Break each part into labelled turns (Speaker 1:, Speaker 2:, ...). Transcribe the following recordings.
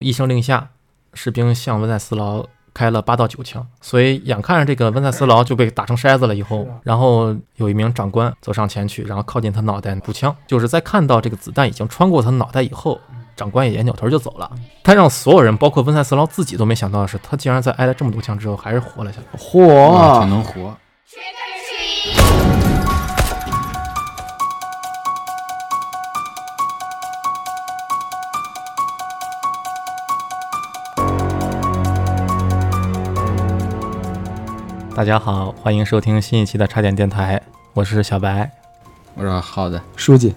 Speaker 1: 一声令下，士兵向文塞斯劳开了八到九枪，所以眼看着这个文塞斯劳就被打成筛子了以后
Speaker 2: 是啊，
Speaker 1: 然后有一名长官走上前去，然后靠近他脑袋补枪，就是在看到这个子弹已经穿过他脑袋以后。
Speaker 2: 嗯
Speaker 1: 长官也也扭头就走了，他让所有人，包括温塞斯劳自己都没想到的是，他竟然在挨了这么多枪之后还是活了下来。
Speaker 3: 哇，
Speaker 2: 嚯，
Speaker 3: 挺能活。
Speaker 1: 大家好，欢迎收听新一期的插点电台，我是小白。
Speaker 3: 我说好的，
Speaker 2: 书记，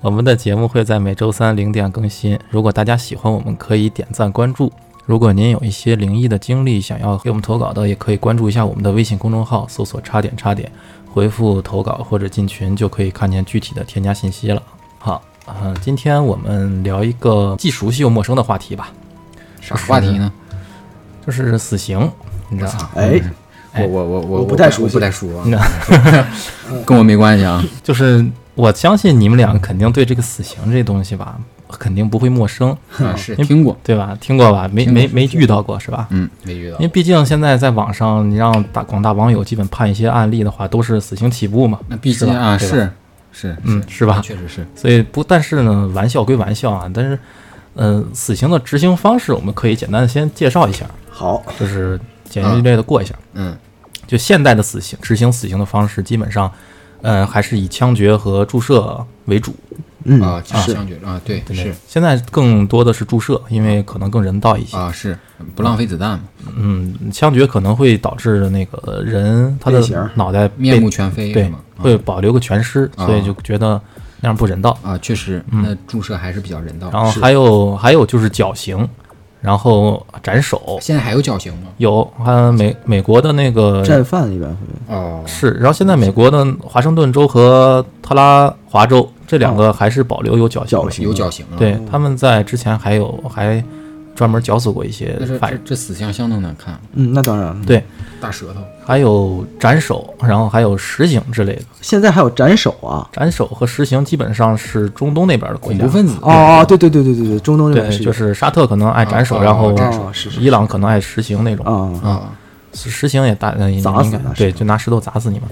Speaker 1: 我们的节目会在每周三零点更新。如果大家喜欢，我们可以点赞关注。如果您有一些灵异的经历想要给我们投稿的，也可以关注一下我们的微信公众号，搜索“插点插点”，回复投稿或者进群就可以看见具体的添加信息了。好，呃，今天我们聊一个既熟悉又陌生的话题吧，
Speaker 3: 啥话题呢？
Speaker 1: 就是死刑，你知道吗？
Speaker 2: 哎，
Speaker 3: 我我我我
Speaker 2: 我不太熟悉
Speaker 3: 不太熟啊
Speaker 1: 那，
Speaker 3: 跟我没关系啊。
Speaker 1: 就是我相信你们两个肯定对这个死刑这东西吧，肯定不会陌生，
Speaker 3: 啊是听过，
Speaker 1: 对吧？听过吧？没
Speaker 3: 听过
Speaker 1: 没没遇到过是吧？
Speaker 3: 嗯，没遇到
Speaker 1: 因为。毕竟现在在网上，你让大广大网友基本判一些案例的话，都是死刑起步嘛，
Speaker 3: 那毕竟
Speaker 1: 是吧
Speaker 3: 啊，
Speaker 1: 对吧
Speaker 3: 是是，
Speaker 1: 嗯，是吧？
Speaker 3: 确实是。
Speaker 1: 所以不，但是呢，玩笑归玩笑啊，但是，呃，死刑的执行方式我们可以简单的先介绍一下，
Speaker 2: 好，
Speaker 1: 就是简略略的过一下。
Speaker 3: 嗯，
Speaker 1: 就现代的死刑执行死刑的方式，基本上，呃，还是以枪决和注射为主。
Speaker 2: 嗯
Speaker 3: 啊，
Speaker 2: 是
Speaker 3: 相觉啊，对，
Speaker 1: 对不对
Speaker 3: 是嗯
Speaker 1: 现在更多的是注射，因为可能更人道一些。
Speaker 3: 啊，是不浪费子弹嘛，
Speaker 1: 嗯，枪决可能会导致那个人他的
Speaker 2: 变形
Speaker 1: 脑袋被
Speaker 3: 面目全非
Speaker 1: 对
Speaker 3: 是吗？，啊
Speaker 1: 会保留个全尸，
Speaker 3: 啊
Speaker 1: 所以就觉得那样不人道。
Speaker 3: 啊，确实，那注射还是比较人道。
Speaker 1: 然后
Speaker 3: 是
Speaker 1: 还有还有就是绞刑，然后斩首，
Speaker 3: 现在还有绞刑吗？
Speaker 1: 有还美美国的那个
Speaker 2: 战犯一般会
Speaker 3: 哦，
Speaker 1: 是，然后现在美国的华盛顿州和特拉华州这两个还是保留有绞刑的，
Speaker 2: 绞刑
Speaker 3: 有绞刑了。，
Speaker 1: 对，他们在之前还有还专门绞死过一些
Speaker 3: 那这
Speaker 1: 犯
Speaker 3: 这
Speaker 1: 人，
Speaker 3: 这死相相当难看，
Speaker 2: 嗯，那当然了，
Speaker 1: 对，
Speaker 3: 大舌头。
Speaker 1: 还有斩首，然后还有实刑之类的。
Speaker 2: 现在还有斩首啊，
Speaker 1: 斩首和实刑基本上是中东那边的国
Speaker 3: 恐
Speaker 1: 家
Speaker 3: 怖分子
Speaker 2: 哦哦，对对对对对对，中东那边
Speaker 1: 对，
Speaker 2: 是有
Speaker 1: 就是沙特可能爱斩首，
Speaker 3: 啊
Speaker 1: 然后
Speaker 3: 啊
Speaker 2: 斩首是是
Speaker 1: 伊朗可能爱实刑那种，
Speaker 2: 啊，
Speaker 3: 啊，
Speaker 1: 实刑也打呃应
Speaker 2: 砸死
Speaker 1: 该
Speaker 2: 拿石
Speaker 1: 对，
Speaker 2: 头
Speaker 1: 就拿石头砸死你嘛。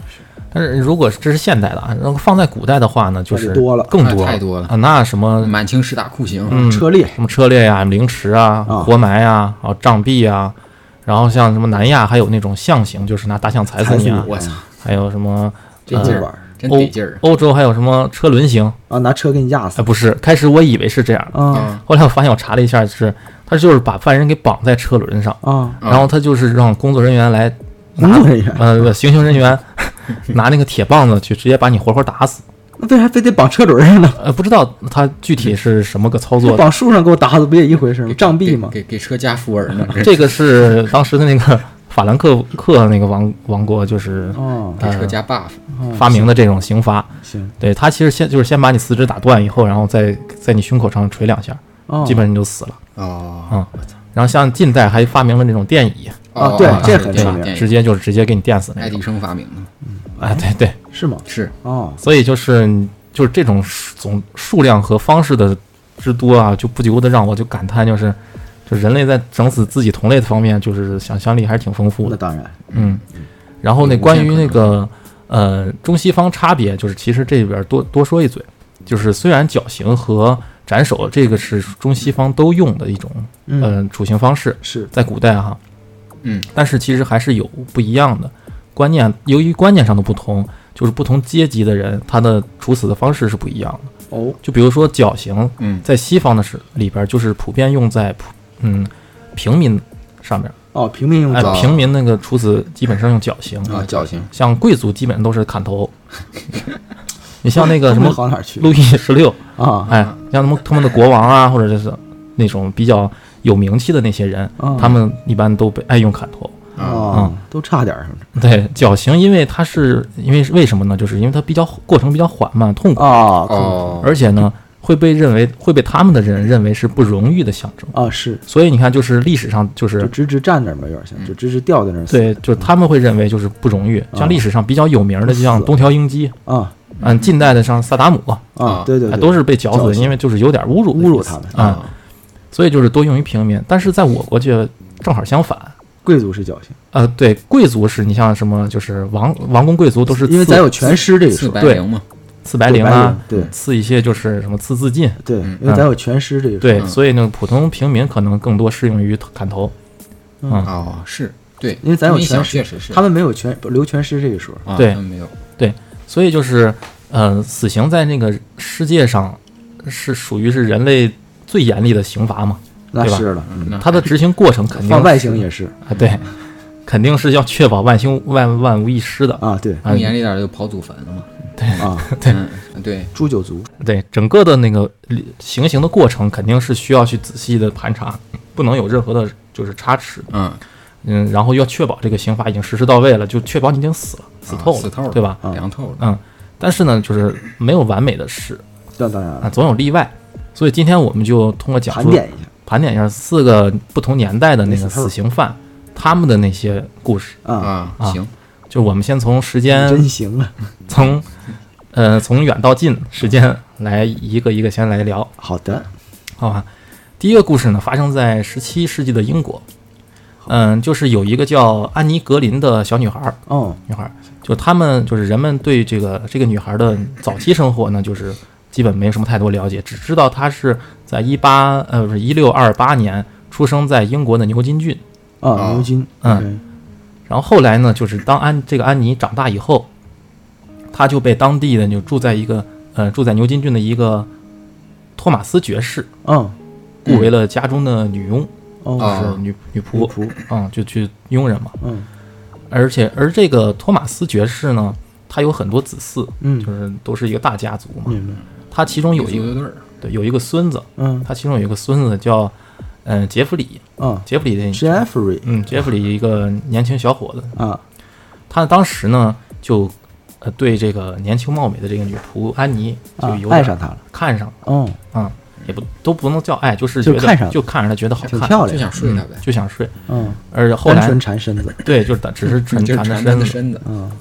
Speaker 1: 但是如果是这是现代的啊，然后放在古代的话呢，就
Speaker 2: 那就是多了
Speaker 1: 更
Speaker 3: 那
Speaker 1: 多
Speaker 3: 太多了
Speaker 1: 啊，那什么
Speaker 3: 满清十大酷刑。
Speaker 1: 嗯
Speaker 2: 车裂
Speaker 1: 什么车裂呀、凌迟啊、
Speaker 2: 啊
Speaker 1: 活埋啊、啊杖毙啊，然后像什么南亚还有那种象刑，就是拿大象踩死
Speaker 2: 踩死
Speaker 1: 你
Speaker 2: 你
Speaker 1: 啊，
Speaker 3: 我操，
Speaker 1: 还有什么
Speaker 3: 这
Speaker 2: 那
Speaker 3: 劲
Speaker 2: 会
Speaker 3: 儿
Speaker 2: 玩儿
Speaker 3: 真
Speaker 1: 欧
Speaker 3: 得劲儿
Speaker 1: 欧洲还有什么车轮刑？
Speaker 2: 啊，拿车给你压
Speaker 1: 哎，
Speaker 2: 死
Speaker 1: 不是，开始我以为是这样的，
Speaker 2: 啊
Speaker 1: 后来我发现我查了一下，是他就是把犯人给绑在车轮上。
Speaker 2: 啊，嗯
Speaker 3: 啊
Speaker 1: 然后他就是让工作人员来，
Speaker 2: 工作人员，
Speaker 1: 呃，不行刑人员 拿那个铁棒子去直接把你活活打死。
Speaker 2: 那为啥非得绑车轮上 呢？
Speaker 1: 呃，不知道他具体是什么个操
Speaker 2: 就
Speaker 1: 作。
Speaker 2: 绑树上给我打死不也一回事吗？杖
Speaker 3: 给
Speaker 2: 毙嘛，
Speaker 3: 给给车加福尔 呢，这
Speaker 1: 这个是当时的那个法兰克克那个王王国就是
Speaker 2: 哦，
Speaker 3: 给车加 buff，
Speaker 1: 发明的这种刑罚。
Speaker 2: 行，
Speaker 1: 对他其实先就是先把你四肢打断以后，然后再在你胸口上捶两下，
Speaker 2: 哦
Speaker 1: 基本上你就死了。
Speaker 3: 哦
Speaker 1: 嗯，然后像近代还发明了那种电椅，
Speaker 2: 啊对这很
Speaker 3: 对
Speaker 2: 出名
Speaker 3: 对
Speaker 1: 直接就是直接给你电死那
Speaker 3: 爱
Speaker 1: 种。
Speaker 3: 迪生发明的，
Speaker 1: 哎，对对，
Speaker 2: 是吗？
Speaker 3: 是
Speaker 2: 哦，
Speaker 1: 所以就是就是这种数总数量和方式的之多啊，就不由得让我就感叹，就是就人类在整死自己同类的方面，就是想象力还是挺丰富
Speaker 2: 那
Speaker 1: 的。
Speaker 2: 当然，
Speaker 1: 嗯，然后那
Speaker 3: 有无
Speaker 1: 关
Speaker 3: 限
Speaker 1: 于
Speaker 3: 可
Speaker 1: 那
Speaker 3: 能
Speaker 1: 个呃中西方差别，就是其实这里边儿多多说一嘴，就是虽然绞刑和斩首这个是中西方都用的一种
Speaker 2: 嗯，
Speaker 1: 呃处刑方式，
Speaker 2: 是
Speaker 1: 在古代哈，
Speaker 3: 嗯，
Speaker 1: 但是其实还是有不一样的观念，由于观念上的不同，就是不同阶级的人他的处死的方式是不一样的。
Speaker 2: 哦，
Speaker 1: 就比如说绞刑，
Speaker 3: 嗯
Speaker 1: 在西方的是里边就是普遍用在普嗯平民上面，
Speaker 2: 哦，平民用
Speaker 1: 哎
Speaker 2: 刀，
Speaker 3: 绞，
Speaker 1: 平民那个处死基本上用绞刑，
Speaker 3: 嗯啊，绞刑
Speaker 1: 像贵族基本上都是砍 头。你像那个什
Speaker 2: 他们
Speaker 1: 么
Speaker 2: 好哪儿去
Speaker 1: 路易十六，
Speaker 2: 啊？
Speaker 1: 哎，像他们他们的国王啊，或者就是那种比较有名气的那些人，
Speaker 2: 啊
Speaker 1: 他们一般都被爱用砍头。
Speaker 3: 啊，
Speaker 2: 哦，都差点儿
Speaker 1: 对，绞刑，因为它是因为是为什么呢？就是因为它比较过程比较缓慢、痛苦，
Speaker 2: 啊，
Speaker 3: 哦，
Speaker 1: 而且呢会被认为会被他们的人认为是不荣誉的象征。
Speaker 2: 啊，是，
Speaker 1: 所以你看，就是历史上就是
Speaker 2: 就直直站那儿嘛，有点
Speaker 3: 嗯
Speaker 2: 像，就直直吊在那儿死。
Speaker 1: 对，就是他们会认为就是不荣誉。
Speaker 2: 嗯
Speaker 1: 像历史上比较有名的，就像东条英机，
Speaker 2: 啊
Speaker 1: 嗯，近代的像萨达姆，
Speaker 2: 啊，对对
Speaker 1: 哎
Speaker 2: 对，
Speaker 1: 都是被绞
Speaker 2: 绞
Speaker 1: 死，
Speaker 2: 死
Speaker 1: 因为就是有点侮辱
Speaker 2: 侮辱他们
Speaker 1: 啊。所以就是多用于平民。但是在我国却正好相反，
Speaker 2: 贵族是侥幸，
Speaker 1: 呃，对，贵族是你像什么，就是王王公贵族都是
Speaker 2: 因为
Speaker 1: 赐
Speaker 2: 咱有全师这一
Speaker 3: 四
Speaker 2: 说，
Speaker 3: 白绫嘛，
Speaker 1: 赐白绫啊，
Speaker 2: 对白绫
Speaker 1: 赐一些就是什么赐自尽，
Speaker 2: 对，
Speaker 3: 嗯
Speaker 2: 因为咱有全师这一说，
Speaker 1: 对，
Speaker 3: 嗯
Speaker 1: 所以呢，普通平民可能更多适用于砍头，
Speaker 2: 嗯
Speaker 3: 哦，是对，
Speaker 2: 因为咱有
Speaker 3: 这么一想
Speaker 2: 全
Speaker 3: 确实是
Speaker 2: 他们没有全留全师这一说，
Speaker 3: 啊，
Speaker 1: 对
Speaker 3: 他们没有，
Speaker 1: 所以就是，呃，死刑在那个世界上是属于是人类最严厉的刑罚嘛，
Speaker 2: 那
Speaker 1: 对吧
Speaker 2: 是了，嗯
Speaker 3: 那
Speaker 1: 它的执行过程肯定
Speaker 2: 放外
Speaker 1: 是
Speaker 2: 形也是
Speaker 1: 啊，对，肯定是要确保万幸万万无一失的
Speaker 2: 啊，对
Speaker 1: 啊
Speaker 3: 更，严厉点儿就跑祖坟 了嘛，
Speaker 2: 啊，
Speaker 1: 对
Speaker 3: 嗯对，
Speaker 2: 诛九族，
Speaker 1: 对，整个的那个行刑的过程肯定是需要去仔细的盘查，嗯不能有任何的就是差池，
Speaker 3: 嗯，
Speaker 1: 嗯，然后要确保这个刑罚已经实施到位了，就确保你已经死了，死透了，
Speaker 3: 死透了
Speaker 1: 对吧？
Speaker 2: 啊
Speaker 3: 凉透了，
Speaker 1: 嗯，但是呢，就是没有完美的事
Speaker 2: 那当然了
Speaker 1: 啊，，总有例外，所以今天我们就啊通过讲
Speaker 2: 盘
Speaker 1: 述
Speaker 2: 点一下
Speaker 1: 盘点一下四个不同年代的那个死刑犯他们的那些故事。
Speaker 2: 啊，
Speaker 3: 啊，
Speaker 1: 啊
Speaker 3: 行，
Speaker 1: 就我们先从时
Speaker 2: 真
Speaker 1: 间，
Speaker 2: 行啊，
Speaker 1: 从呃从远到近时间来一个一个先来聊，
Speaker 2: 好的，
Speaker 1: 好吧？第一个故事呢，发生在十七世纪的英国，嗯，就是有一个叫安妮·格林的小女孩儿，
Speaker 2: 哦，
Speaker 1: 女孩儿，就他们就是人们对这个这个女孩的早期生活呢，就是基本没什么太多了解，只知道她是在一八呃不是一六二八年出生在英国的牛津郡。
Speaker 2: 啊，
Speaker 3: 啊
Speaker 2: 牛津，
Speaker 1: 嗯然后后来呢，就是当安这个安妮长大以后，她就被当地的就住在一个呃住在牛津郡的一个托马斯爵士
Speaker 2: ，OK，嗯，
Speaker 1: 雇为了家中的女佣，
Speaker 2: 哦，
Speaker 3: 啊
Speaker 1: 就是女女仆，
Speaker 2: 仆，
Speaker 1: 嗯，就去佣人嘛。
Speaker 2: 嗯
Speaker 1: 而且而这个托马斯爵士呢，他有很多子嗣，就
Speaker 2: 嗯，
Speaker 1: 是都是一个大家族嘛。
Speaker 2: 明白，
Speaker 1: 他其中有一
Speaker 3: 足
Speaker 1: 个
Speaker 3: 球队儿，
Speaker 1: 对有一个孙子，
Speaker 2: 嗯
Speaker 1: 他其中有一个孙子叫嗯、呃杰弗里，
Speaker 2: 啊
Speaker 1: 杰弗里这
Speaker 2: ，Jeffrey
Speaker 1: 嗯杰弗里一个年轻小伙子，
Speaker 2: 啊，
Speaker 1: 他当时呢就呃对这个年轻貌美的这个女仆安妮就
Speaker 2: 啊
Speaker 1: 有点
Speaker 2: 爱上他了，
Speaker 1: 看上
Speaker 2: 哦，
Speaker 1: 啊、也不都不能叫爱，就是
Speaker 2: 就
Speaker 1: 觉得
Speaker 2: 看上了
Speaker 1: 就看着她觉得好
Speaker 2: 挺
Speaker 1: 看，
Speaker 2: 漂
Speaker 3: 就
Speaker 2: 亮，
Speaker 3: 想睡他呗，
Speaker 1: 就想睡。
Speaker 2: 嗯，
Speaker 1: 而后
Speaker 2: 单
Speaker 1: 来
Speaker 2: 纯缠身子，
Speaker 1: 对，就是只是纯
Speaker 3: 嗯就是
Speaker 1: 缠着
Speaker 3: 缠
Speaker 1: 身
Speaker 3: 的
Speaker 1: 子，
Speaker 3: 身子，
Speaker 2: 嗯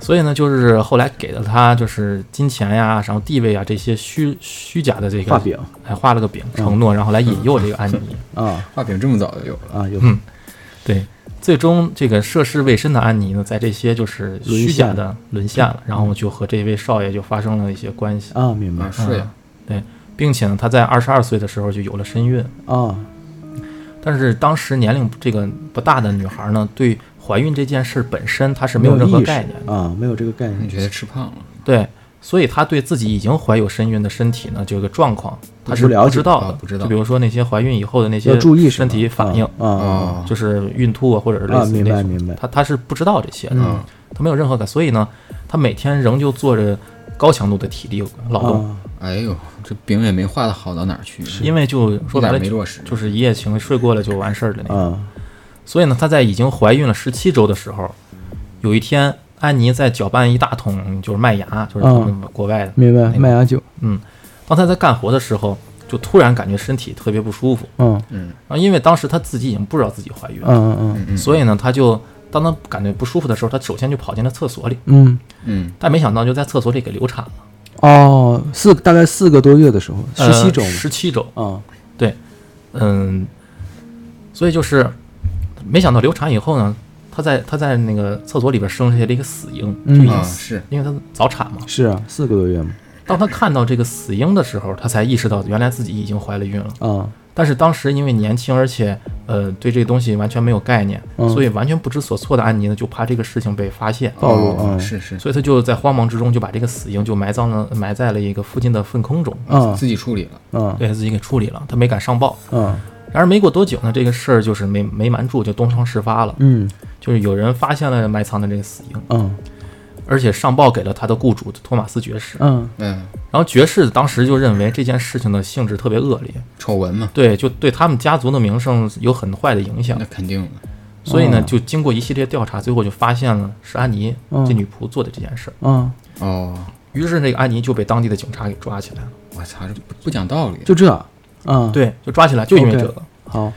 Speaker 1: 所以呢，就是后来给了她就是金钱呀，然后地位啊这些虚虚假的这个
Speaker 2: 画饼
Speaker 1: 还画了个饼承诺，然后来引诱这个安妮。
Speaker 2: 啊
Speaker 3: 画饼这么早就有了，
Speaker 2: 啊，有
Speaker 1: 嗯 对，最终这个涉世未深的安妮呢，在这些就是虚假的沦陷了，然后就和这位少爷就发生了一些关系，
Speaker 2: 啊，明白
Speaker 3: 啊，睡啊，
Speaker 1: 并且呢，她在二十二岁的时候就有了身孕。
Speaker 2: 啊，
Speaker 1: 但是当时年龄这个不大的女孩呢，对怀孕这件事本身她是没有任何概念的，
Speaker 2: 的啊，没有这个概
Speaker 3: 你
Speaker 2: 念，
Speaker 3: 觉得吃胖了
Speaker 1: 对，所以她对自己已经怀有身孕的身体呢，这个状况她是
Speaker 2: 不了
Speaker 1: 不
Speaker 2: 解
Speaker 1: 知道的，
Speaker 3: 啊不知道
Speaker 1: 就比如说那些怀孕以后的那些
Speaker 2: 要注意
Speaker 1: 身体反应，
Speaker 2: 啊
Speaker 3: 哦
Speaker 1: 就是孕吐啊，或者是类
Speaker 2: 啊，
Speaker 1: 似
Speaker 2: 明白
Speaker 1: 那种，
Speaker 2: 明白，
Speaker 1: 她她是不知道这些的。
Speaker 2: 嗯
Speaker 3: 啊？
Speaker 1: 他没有任何感，所以呢，他每天仍旧做着高强度的体力劳动，
Speaker 2: 啊，
Speaker 3: 哎呦，这饼也没画的好到哪儿去，嗯
Speaker 1: 因为就说
Speaker 3: 一
Speaker 1: 白
Speaker 3: 点
Speaker 1: 了
Speaker 3: 儿没落实，
Speaker 1: 就是一夜情，睡过了就完事儿的那种。
Speaker 2: 啊
Speaker 1: 所以呢，她在已经怀孕了十七周的时候，有一天，安妮在搅拌一大桶就是麦芽，就是他
Speaker 2: 嗯
Speaker 1: 们国外的。
Speaker 2: 明白，麦芽酒，
Speaker 1: 当她在干活的时候，就突然感觉身体特别不舒服，
Speaker 2: 嗯
Speaker 3: 嗯
Speaker 1: 然后因为当时她自己已经不知道自己怀孕了，
Speaker 2: 嗯嗯
Speaker 3: 嗯嗯，
Speaker 1: 所以呢，她就当她感觉不舒服的时候，她首先就跑进了厕所里，
Speaker 2: 嗯，
Speaker 3: 嗯
Speaker 1: 但没想到就在厕所里给流产了，
Speaker 2: 哦，四大概四个多月的时候，十七周
Speaker 1: 呃十七周，
Speaker 2: 嘛，啊
Speaker 1: 嗯，所以就是没想到流产以后呢，她在她在那个厕所里边生下了一个死婴，
Speaker 2: 嗯
Speaker 1: 就已
Speaker 3: 啊
Speaker 1: 经死，
Speaker 3: 是
Speaker 1: 因为她早产嘛
Speaker 2: 啊，。是啊，四个多月嘛，
Speaker 1: 当她看到这个死婴的时候，她才意识到原来自己已经怀了孕了。
Speaker 2: 啊
Speaker 1: 但是当时因为年轻，而且呃对这个东西完全没有概念，
Speaker 2: 嗯
Speaker 1: 所以完全不知所措的安妮呢，就怕这个事情被发现，
Speaker 2: 暴露
Speaker 3: 哦
Speaker 2: 嗯
Speaker 3: 是是
Speaker 1: 所以她就在慌忙之中就把这个死婴就埋葬了，埋在了一个附近的粪坑中，
Speaker 2: 啊
Speaker 3: 自己处理了，
Speaker 2: 啊
Speaker 1: 对她自己给处理了，她没敢上报。
Speaker 2: 啊，
Speaker 1: 然而没过多久呢，这个事儿就是没没瞒住，就东窗事发了。
Speaker 2: 嗯
Speaker 1: 就是有人发现了埋藏的这个死婴，
Speaker 2: 嗯
Speaker 1: 而且上报给了他的雇主托马斯爵士。
Speaker 2: 嗯
Speaker 3: 嗯，
Speaker 1: 然后爵士当时就认为这件事情的性质特别恶劣，
Speaker 3: 丑闻嘛，
Speaker 1: 对，就对他们家族的名声有很坏的影响
Speaker 3: 那。肯定的，
Speaker 1: 所以
Speaker 2: 哦
Speaker 1: 呢，就经过一系列调查，最后就发现了是安妮
Speaker 2: 嗯
Speaker 1: 这女仆做的这件事儿。
Speaker 2: 嗯，
Speaker 3: 哦，
Speaker 1: 于是那个安妮就被当地的警察给抓起来了。
Speaker 3: 我操，这不不讲道理，
Speaker 2: 就这啊，对，
Speaker 1: 对，就抓起来，就因为这个。
Speaker 2: 好，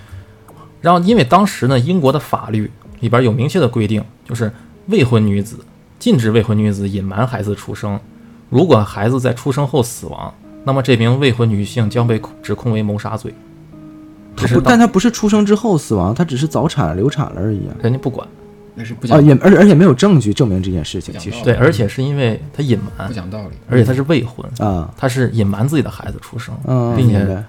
Speaker 1: 然后因为当时呢，英国的法律里边有明确的规定，就是未婚女子禁止未婚女子隐瞒孩子出生。如果孩子在出生后死亡，那么这名未婚女性将被指控为谋杀罪。
Speaker 2: 他
Speaker 1: 只是
Speaker 2: 不，
Speaker 1: 到
Speaker 2: 但他不是出生之后死亡，他只是早产流产了而已啊。
Speaker 1: 人家不管。
Speaker 3: 那是
Speaker 1: 哦
Speaker 3: 不
Speaker 2: 啊，
Speaker 3: 讲
Speaker 2: 也而而且没有证据证明这件事情，
Speaker 3: 讲
Speaker 2: 其实
Speaker 3: 道
Speaker 1: 对，而且是因为他隐瞒
Speaker 3: 不，讲道理，
Speaker 1: 而且他是未婚，
Speaker 2: 啊，
Speaker 1: 他是隐瞒自己的孩子出生，
Speaker 2: 嗯，
Speaker 1: 并
Speaker 2: 明
Speaker 1: 且
Speaker 2: 白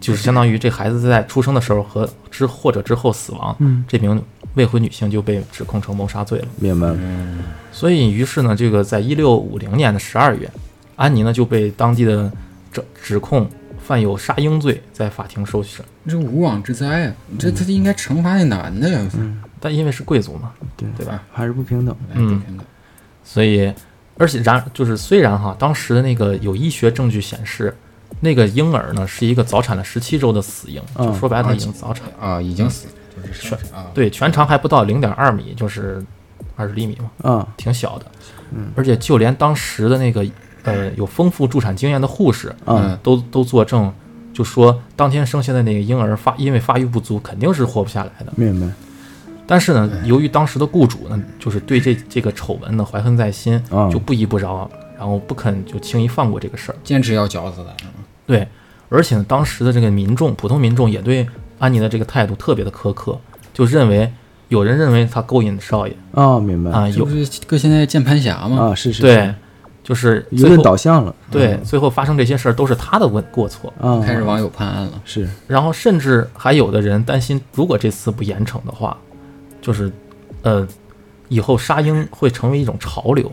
Speaker 1: 就是相当于这孩子在出生的时候和之或者之后死亡，
Speaker 2: 嗯
Speaker 1: 这名未婚女性就被指控成谋杀罪了。
Speaker 2: 明白了，
Speaker 3: 嗯，
Speaker 1: 所以，于是呢，这个在一六五零年的十二月，安妮呢就被当地的指指控犯有杀婴罪，在法庭受审。
Speaker 3: 这无妄之灾啊！这
Speaker 1: 嗯
Speaker 3: 他应该惩罚那男的呀，
Speaker 1: 但因为是贵族嘛，
Speaker 2: 对
Speaker 1: 对吧？
Speaker 2: 还是不平等。
Speaker 3: 哎不
Speaker 1: 嗯
Speaker 3: 平等
Speaker 1: 所以，而且然就是虽然哈，当时的那个有医学证据显示，那个婴儿呢是一个早产了十七周的死婴，
Speaker 2: 嗯
Speaker 1: 就说白了他已经早产了，
Speaker 3: 啊，已经死了，就是生死啊，
Speaker 1: 对，全长还不到零点二米，就是二十厘米嘛，
Speaker 2: 啊，
Speaker 1: 挺小的。
Speaker 3: 嗯
Speaker 1: 而且就连当时的那个呃有丰富助产经验的护士，呃
Speaker 2: 啊，
Speaker 3: 嗯，
Speaker 1: 都都作证，就说当天生下的那个婴儿发因为发育不足，肯定是活不下来的。
Speaker 2: 明白
Speaker 1: 但是呢，由于当时的雇主呢，
Speaker 3: 嗯
Speaker 1: 就是对这这个丑闻呢怀恨在心，
Speaker 2: 啊
Speaker 1: 就不依不饶，然后不肯就轻易放过这个事儿。
Speaker 3: 坚持要绞死他，
Speaker 1: 哎对，而且呢，当时的这个民众，普通民众也对安妮的这个态度特别的苛刻，就认为有人认为她勾引少爷
Speaker 2: 啊，明白
Speaker 1: 啊，
Speaker 3: 这
Speaker 1: 有
Speaker 3: 不嗯是搁现在键盘侠吗？
Speaker 2: 啊，是是，
Speaker 1: 对，就是
Speaker 2: 是舆
Speaker 1: 最
Speaker 2: 论
Speaker 1: 后
Speaker 2: 导向了，
Speaker 1: 对最后发生这些事儿都是她的问过错。
Speaker 2: 啊，
Speaker 3: 开始网友判案了，
Speaker 2: 是
Speaker 1: 然后甚至还有的人担心，如果这次不严惩的话，就是，呃，以后杀婴会成为一种潮流，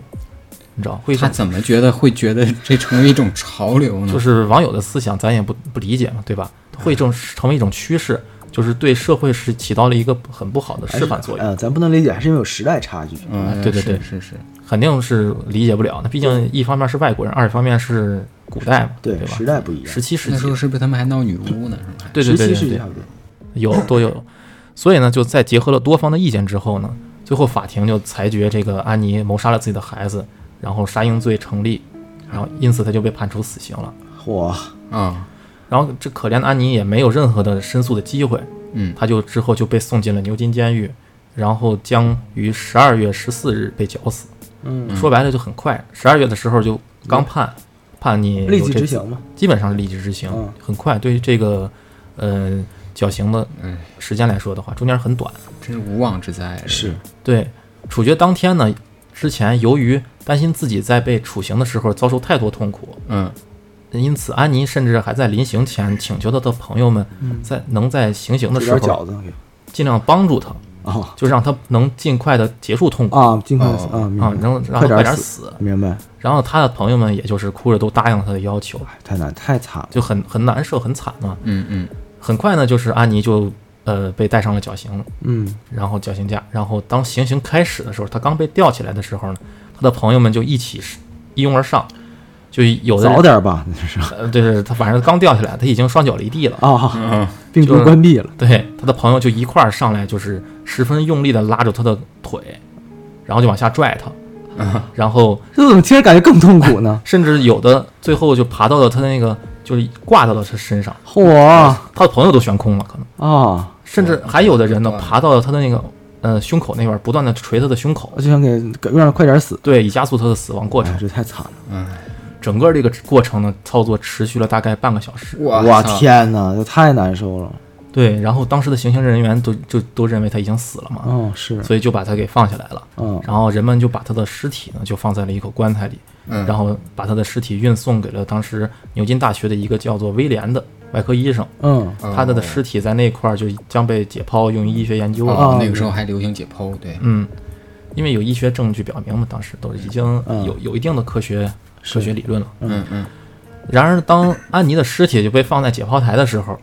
Speaker 1: 你知道，会
Speaker 3: 他怎么觉得会觉得这成为一种潮流呢
Speaker 1: 就？是网友的思想，咱也不不理解嘛，对吧？会成成为一种趋势，就是对社会是起到了一个很不好的示范作用，
Speaker 2: 啊，咱不能理解，还是因为有时代差距。
Speaker 3: 嗯，
Speaker 1: 对对对
Speaker 3: 是是是，
Speaker 1: 肯定是理解不了。那毕竟一方面是外国人，二方面是古代嘛，对
Speaker 2: 对，
Speaker 1: 吧
Speaker 2: 时？代不一样
Speaker 1: 十，七世
Speaker 3: 那时候
Speaker 1: 纪，
Speaker 3: 是不是他们还闹女巫呢？是吧？
Speaker 1: 对对
Speaker 2: 十
Speaker 1: 对
Speaker 2: 七
Speaker 1: 对
Speaker 2: 世纪
Speaker 1: 对
Speaker 2: 差，不多。
Speaker 1: 有都有。所以呢，就在结合了多方的意见之后呢，最后法庭就裁决这个安妮谋杀了自己的孩子，然后杀婴罪成立，然后因此她就被判处死刑了。
Speaker 2: 嚯，
Speaker 3: 啊，
Speaker 1: 然后这可怜的安妮也没有任何的申诉的机会，
Speaker 3: 嗯，
Speaker 1: 她就之后就被送进了牛津监狱，然后将于十二月十四日被绞死。
Speaker 2: 嗯，
Speaker 1: 说白了就很快，十二月的时候就刚判，判你有
Speaker 2: 立即
Speaker 1: 这
Speaker 2: 执
Speaker 1: 次
Speaker 2: 行嘛，
Speaker 1: 基本上是立即执行，
Speaker 2: 嗯
Speaker 1: 很快。对于这个，呃，绞刑的
Speaker 3: 哎
Speaker 1: 时间来说的话，中间很短。
Speaker 3: 真是无妄之灾啊，
Speaker 2: 是
Speaker 1: 对，处决当天呢，之前由于担心自己在被处刑的时候遭受太多痛苦，
Speaker 3: 嗯，
Speaker 1: 因此安妮甚至还在临行前请求她的朋友们
Speaker 2: 嗯
Speaker 1: 在能在行刑的
Speaker 2: 煮
Speaker 1: 时
Speaker 2: 点
Speaker 1: 候
Speaker 2: 饺子给
Speaker 1: 尽量帮助她，
Speaker 2: 啊
Speaker 1: 就让她能尽快的结束痛苦
Speaker 2: 啊，尽快
Speaker 3: 哦
Speaker 2: 啊，明
Speaker 1: 啊，
Speaker 2: 白
Speaker 1: 能让
Speaker 2: 快
Speaker 1: 她
Speaker 2: 点
Speaker 1: 快点
Speaker 2: 死
Speaker 1: 死。
Speaker 2: 明白，
Speaker 1: 然后她的朋友们也就是哭着都答应了她的要求，
Speaker 2: 哎太难太惨了，
Speaker 1: 就很很难受，很惨嘛。
Speaker 3: 嗯嗯，
Speaker 1: 很快呢，就是安妮就呃被带上了绞刑，
Speaker 2: 嗯，
Speaker 1: 然后绞刑架，然后当行刑开始的时候，他刚被吊起来的时候呢，他的朋友们就一起是一拥而上，就有的人
Speaker 2: 嗯早点吧，那是
Speaker 1: 呃，对对，他反正刚吊起来，他已经双脚离地了，
Speaker 2: 啊，
Speaker 3: 嗯
Speaker 2: 病毒
Speaker 1: 就是
Speaker 2: 关闭了，
Speaker 1: 对，他的朋友就一块儿上来，就是十分用力的拉住他的腿，然后就往下拽他，
Speaker 3: 啊，
Speaker 1: 然后
Speaker 2: 这怎么听着感觉更痛 苦呢？
Speaker 1: 甚至有的最后就爬到了他那个，就是挂到了他身上，
Speaker 2: 嚯
Speaker 1: 他的朋友都悬空了，可能，
Speaker 2: 啊，
Speaker 1: 甚至还有的人呢
Speaker 3: 哇
Speaker 1: 爬到了他的那个呃胸口那边，不断的捶他的胸口
Speaker 2: 我，就想给给让他快点死，
Speaker 1: 对，以加速他的死亡过程
Speaker 2: 哎，。这太惨了。
Speaker 3: 哎，
Speaker 1: 整个这个过程呢，操作持续了大概半个小时。
Speaker 2: 哇
Speaker 3: 操，
Speaker 2: 天哪，这太难受了。
Speaker 1: 对，然后当时的行刑人员都就都认为他已经死了嘛，
Speaker 2: 哦，是，
Speaker 1: 所以就把他给放下来了。
Speaker 2: 嗯，
Speaker 1: 然后人们就把他的尸体呢，就放在了一口棺材里，
Speaker 3: 嗯，
Speaker 1: 然后把他的尸体运送给了当时牛津大学的一个叫做威廉的外科医生。
Speaker 2: 嗯，
Speaker 3: 哦
Speaker 1: 他的尸体在那块儿就将被解剖用于医学研究了。
Speaker 3: 哦
Speaker 2: 啊，
Speaker 3: 那个时候还流行解剖，对，
Speaker 1: 嗯，因为有医学证据表明嘛，当时都已经
Speaker 2: 嗯
Speaker 1: 有有一定的科学科学理论了。
Speaker 3: 嗯嗯，
Speaker 1: 然而，当安妮的尸体就被放在解剖台的时候，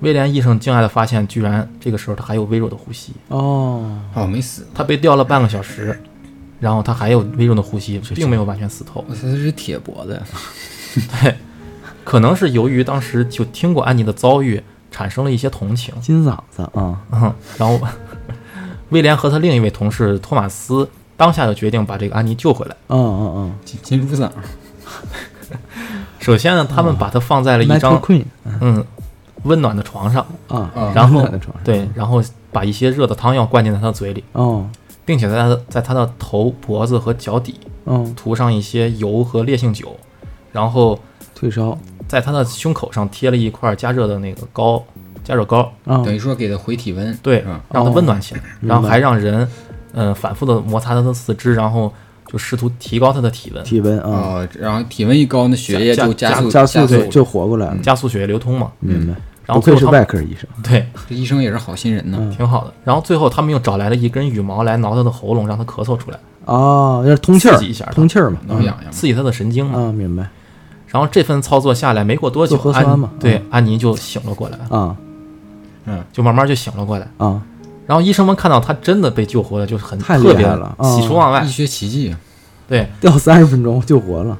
Speaker 1: 威廉医生惊讶地发现，居然这个时候他还有微弱的呼吸。
Speaker 2: 哦，
Speaker 3: 哦，没死，
Speaker 1: 他被吊了半个小时，然后他还有微弱的呼吸，并没有完全死透。
Speaker 3: 我操，这是铁脖子，
Speaker 1: 对，可能是由于当时就听过安妮的遭遇，产生了一些同情。
Speaker 2: 金嗓子啊，
Speaker 1: 嗯，然后 威廉和他另一位同事托马斯当下就决定把这个安妮救回来。
Speaker 2: 嗯嗯
Speaker 3: 金金属嗓，
Speaker 1: 首先呢，他们把她放在了
Speaker 2: 嗯
Speaker 1: 一
Speaker 2: ，Metal
Speaker 1: 张
Speaker 2: Queen
Speaker 1: 嗯温暖的床上，
Speaker 2: 啊，
Speaker 3: 啊，
Speaker 1: 然后
Speaker 2: 温暖的床上
Speaker 1: 对，然后把一些热的汤药灌进了她的嘴里。
Speaker 2: 哦，
Speaker 1: 并且在他的在他的头、脖子和脚底
Speaker 2: 嗯，
Speaker 1: 涂上一些油和烈性酒，然后
Speaker 2: 退烧，
Speaker 1: 在他的胸口上贴了一块加热的那个膏，加热膏，
Speaker 2: 啊
Speaker 3: 等于说给它回体温，
Speaker 1: 嗯对
Speaker 3: 是
Speaker 2: 嗯
Speaker 3: 吧？
Speaker 1: 让它温暖起来，
Speaker 2: 明
Speaker 1: 然后还
Speaker 2: 白
Speaker 1: 让人呃反复的摩擦它的四肢，然后就试图提高它的体温，
Speaker 2: 体温啊，
Speaker 3: 哦，然后体温一高，那血液
Speaker 1: 嗯加
Speaker 3: 就
Speaker 1: 加
Speaker 3: 速
Speaker 2: 加
Speaker 3: 加
Speaker 2: 速
Speaker 3: 速
Speaker 2: 就
Speaker 3: 了
Speaker 2: 就活过来了，
Speaker 1: 加速血液流通嘛。
Speaker 2: 明白。
Speaker 1: 嗯然后
Speaker 2: 嗯不
Speaker 1: 最后
Speaker 2: 愧是
Speaker 1: 他
Speaker 2: 外
Speaker 1: 们嗯
Speaker 2: 科医生，
Speaker 1: 对
Speaker 3: 这医生也是好心人呢。
Speaker 1: 挺好的。然后最后他们又找来了一根羽毛来挠它的喉咙，让它咳嗽出来，
Speaker 2: 哦，要是通气儿
Speaker 1: 刺激一下它，
Speaker 2: 通气儿嘛，
Speaker 3: 挠痒痒嘛，
Speaker 1: 刺激它的神经嘛。
Speaker 2: 啊，明白
Speaker 1: 然后这份操作下来，没过多久，
Speaker 2: 做核酸
Speaker 1: 安
Speaker 2: 嘛嗯
Speaker 1: 对安妮就醒了过来，
Speaker 2: 啊
Speaker 3: 嗯，
Speaker 1: 就慢慢就醒了过来。
Speaker 2: 啊，
Speaker 1: 然后医生们看到她真的被救活了，就是很
Speaker 2: 太
Speaker 1: 特
Speaker 2: 厉
Speaker 1: 别
Speaker 2: 害了啊
Speaker 1: 喜出望外
Speaker 3: 医。学奇迹啊，
Speaker 1: 对，
Speaker 2: 吊三十分钟就活了，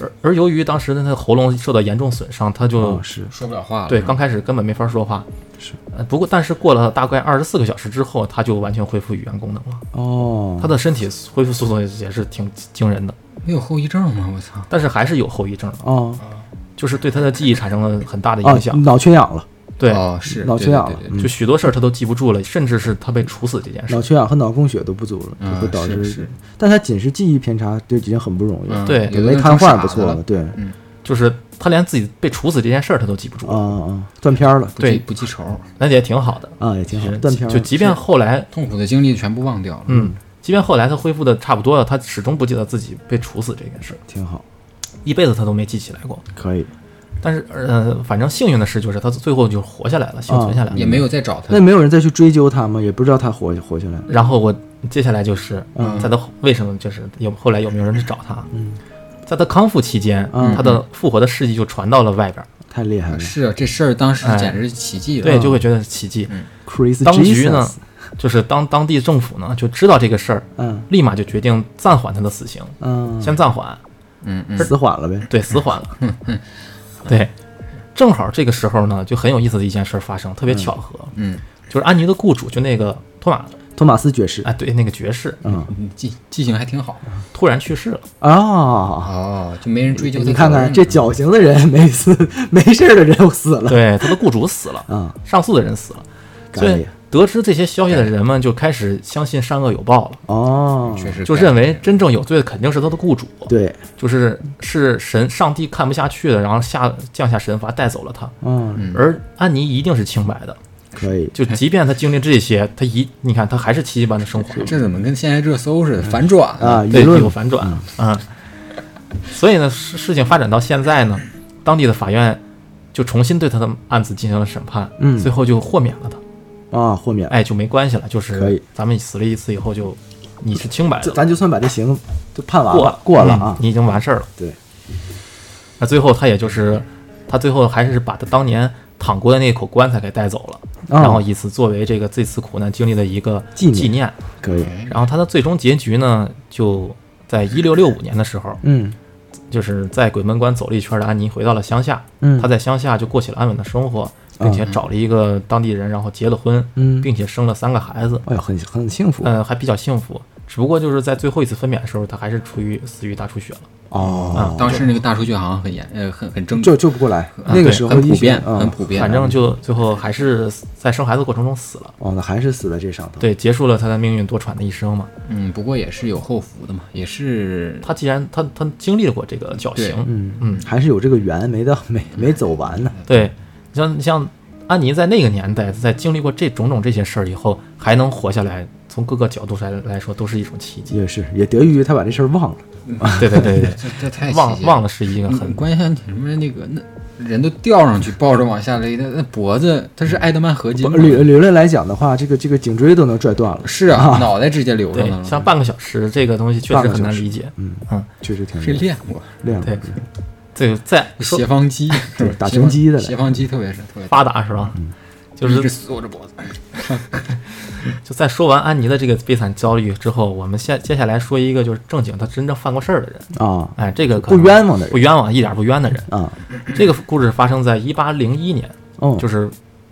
Speaker 1: 而而由于当时呢，她的喉咙受到严重损伤，她就
Speaker 2: 啊是
Speaker 3: 说不了话了。
Speaker 1: 对，刚开始根本没法说话。
Speaker 2: 是
Speaker 1: 呃，不过但是过了大概二十四个小时之后，她就完全恢复语言功能了。
Speaker 2: 哦
Speaker 1: 她，的身体恢复速度也是挺惊人的，
Speaker 3: 没有后遗症吗？我操！
Speaker 1: 但是还是有后遗症的，
Speaker 2: 哦
Speaker 1: 就是对她的记忆产生了很大的
Speaker 2: 哦
Speaker 1: 影响。，
Speaker 2: 脑缺氧了，
Speaker 1: 对，
Speaker 3: 哦，是
Speaker 2: 脑缺
Speaker 3: 对对
Speaker 2: 氧
Speaker 3: 对
Speaker 2: 了
Speaker 3: 对，，
Speaker 2: 嗯哦
Speaker 1: 就许多事儿她都记不住了，甚至是她被处死这件事
Speaker 2: 脑。缺氧和脑供血都不足了，
Speaker 3: 嗯
Speaker 2: 就会导
Speaker 3: 是
Speaker 2: 致
Speaker 3: 是。
Speaker 2: 但他仅是记忆偏差就已经很不容易了，
Speaker 3: 嗯
Speaker 1: 对
Speaker 2: 也
Speaker 3: 有的
Speaker 2: 没
Speaker 3: 人
Speaker 2: 瘫
Speaker 3: 成
Speaker 2: 痪
Speaker 3: 傻
Speaker 2: 不
Speaker 3: 子
Speaker 2: 错
Speaker 3: 了
Speaker 2: 了，，对，
Speaker 1: 就是她连自己被处死这件事儿她都记不住，
Speaker 2: 啊啊，断片儿了
Speaker 3: 不记
Speaker 1: 对
Speaker 3: 不记仇，
Speaker 1: 那也挺好的。
Speaker 2: 啊，也挺好，
Speaker 1: 是
Speaker 2: 断片儿
Speaker 1: 就
Speaker 2: 了
Speaker 1: 即便后来，
Speaker 3: 痛苦的经历全部忘掉了。
Speaker 1: 嗯，即便后来她恢复的差不多了，她始终不记得自己被处死这件事儿，
Speaker 2: 挺好，
Speaker 1: 一辈子她都没记起来过。
Speaker 2: 可以。
Speaker 1: 但是呃，反正幸运的事就是她最后就活下来了，幸存下来了。
Speaker 3: 嗯也没有再找他
Speaker 2: 那。没有人再去追究他吗？也不知道他活活下来了，
Speaker 1: 然后我接下来就是
Speaker 3: 嗯
Speaker 1: 在她为什么就是有后来有没有人去找她？
Speaker 2: 嗯，
Speaker 1: 在她康复期间，
Speaker 2: 嗯
Speaker 1: 她的复活的事迹就传到了外边儿，
Speaker 2: 太厉害了
Speaker 3: 是啊，这事儿当时
Speaker 1: 哎
Speaker 3: 简直是奇迹了。
Speaker 1: 对，就会觉得奇迹。
Speaker 2: ，Crazy
Speaker 1: 当局呢
Speaker 2: 嗯 Jesus，，
Speaker 1: 就是当当地政府呢就知道这个事儿，
Speaker 2: 嗯
Speaker 1: 立马就决定暂缓她的死刑，
Speaker 2: 嗯，
Speaker 1: 先暂缓，
Speaker 3: 嗯嗯，
Speaker 2: 死缓了呗，
Speaker 1: 对，死缓了。 对，正好这个时候呢，就很有意思的一件事儿发生，特别巧合，
Speaker 3: 嗯，
Speaker 1: 就是安妮的雇主就那个托马，
Speaker 2: 托马斯爵士
Speaker 1: 哎，对，那个爵士
Speaker 2: 嗯
Speaker 3: 你记记性还挺好。
Speaker 1: 突然去世了。
Speaker 2: 啊。
Speaker 3: 哦，就没人追究他责任。
Speaker 2: 你看看这
Speaker 3: 脚
Speaker 2: 绞刑的人没死，没事儿的人死了
Speaker 1: 对，他的雇主死了，
Speaker 2: 啊！
Speaker 1: 上诉的人死了，
Speaker 2: 干
Speaker 1: 所以
Speaker 2: 爷
Speaker 1: 得知这些消息的人们就开始相信善恶有报了。
Speaker 2: 哦，
Speaker 3: 确实
Speaker 1: 就
Speaker 3: 干
Speaker 1: 认为真正有罪的肯定是他的雇主，
Speaker 2: 对，
Speaker 1: 就是是神上帝看不下去了，然后下降下神罚带走了他。
Speaker 2: 嗯，
Speaker 3: 嗯
Speaker 1: 而安妮一定是清白的，
Speaker 2: 可以，
Speaker 1: 就即便他经历这些，他一你看他还是奇迹般的生活。
Speaker 3: 这怎么跟现在热搜似的反转
Speaker 2: 啊，？
Speaker 1: 对，
Speaker 2: 舆论
Speaker 1: 有反转，嗯。所以呢，事事情发展到现在呢，当地的法院就重新对他的案子进行了审判，
Speaker 2: 嗯
Speaker 1: 最后就豁免了他，
Speaker 2: 啊，豁免，
Speaker 1: 哎，就没关系了，就
Speaker 2: 可
Speaker 1: 是
Speaker 2: 以
Speaker 1: 咱们死了一次以后就你是清白
Speaker 2: 这
Speaker 1: 的，
Speaker 2: 咱就算把这刑就判完
Speaker 1: 过
Speaker 2: 了，过了
Speaker 1: 嗯
Speaker 2: 啊，
Speaker 1: 你已经完事儿了。
Speaker 2: 对，
Speaker 1: 那最后他也就是他最后还是把他当年躺过的那口棺材给带走了，
Speaker 2: 啊
Speaker 1: 然后以此作为这个这次苦难经历的一个
Speaker 2: 纪念
Speaker 1: 纪念。
Speaker 2: 可以，
Speaker 1: 然后他的最终结局呢，就在一六六五年的时候，
Speaker 2: 嗯
Speaker 1: 就是在鬼门关走了一圈的安妮回到了乡下，
Speaker 2: 嗯，
Speaker 1: 她在乡下就过起了安稳的生活，并且找了一个当地人，然后结了婚，
Speaker 2: 嗯，
Speaker 1: 并且生了三个孩子，
Speaker 2: 哎呦，很很幸福
Speaker 1: 嗯、还比较幸福。只不过就是在最后一次分娩的时候，她还是处于死于大出血了。
Speaker 2: 哦，
Speaker 3: 当时那个大数据好像很严，呃，很很正，
Speaker 2: 救救不过来，那个
Speaker 1: 对
Speaker 2: 时候
Speaker 3: 很
Speaker 2: 医
Speaker 3: 普
Speaker 2: 学
Speaker 3: 遍，
Speaker 2: 啊
Speaker 3: 很普
Speaker 1: 嗯
Speaker 3: 遍。
Speaker 1: 反正就最后还是在生孩子过程中死了，
Speaker 2: 哦，那还是死在这上头，
Speaker 1: 对，结束了她的命运多舛的一生嘛。
Speaker 3: 嗯，不过也是有后福的嘛，也是
Speaker 1: 她既然她她经历过这个绞
Speaker 3: 对
Speaker 1: 刑，
Speaker 2: 嗯
Speaker 1: 嗯
Speaker 2: 还是有这个缘没到没没走完呢，
Speaker 1: 对，你像你像安妮在那个年代，在经历过这种种这些事儿以后，还能活下来，从各个角度来来说都是一种奇迹。
Speaker 2: 也是也得益于他把这事儿忘了，
Speaker 1: 对对 对对
Speaker 3: 这这太
Speaker 1: 对，
Speaker 3: 细
Speaker 1: 忘
Speaker 3: 节
Speaker 1: 忘了是一个
Speaker 3: 嗯
Speaker 1: 很
Speaker 3: 关键什么那个那人都吊上去，抱着往下勒，那那脖子它
Speaker 1: 嗯
Speaker 3: 是埃德曼合金
Speaker 2: 不
Speaker 3: 吗，
Speaker 2: 理理论来讲的话，这个这个颈椎都能拽断了，
Speaker 3: 是啊， 脑袋直接留上
Speaker 1: 对，
Speaker 3: 了，
Speaker 1: 像半个小时这个东西确
Speaker 2: 半
Speaker 1: 实
Speaker 2: 个
Speaker 1: 很难
Speaker 2: 小时
Speaker 1: 理解。
Speaker 2: 嗯
Speaker 1: 嗯，
Speaker 2: 确实挺
Speaker 3: 是
Speaker 2: 厉
Speaker 3: 练过
Speaker 2: 害，
Speaker 1: 对
Speaker 2: 练过，
Speaker 1: 这个在说
Speaker 3: 斜方肌，
Speaker 2: 对打拳击的嘞
Speaker 3: 斜方肌特别是特别，
Speaker 1: 发达是吧？
Speaker 2: 嗯
Speaker 1: 就
Speaker 3: 一直
Speaker 1: 是
Speaker 3: 缩着脖子，
Speaker 1: 就在说完安妮的这个悲惨遭遇之后，我们下接下来说一个就是正经他真正犯过事儿的人。
Speaker 2: 啊
Speaker 1: 哎，这个可
Speaker 2: 不
Speaker 1: 能
Speaker 2: 冤枉的人
Speaker 1: 不冤枉，一点不冤的人。
Speaker 2: 啊，
Speaker 1: 这个故事发生在一八零一年，
Speaker 2: 哦，
Speaker 1: 就是，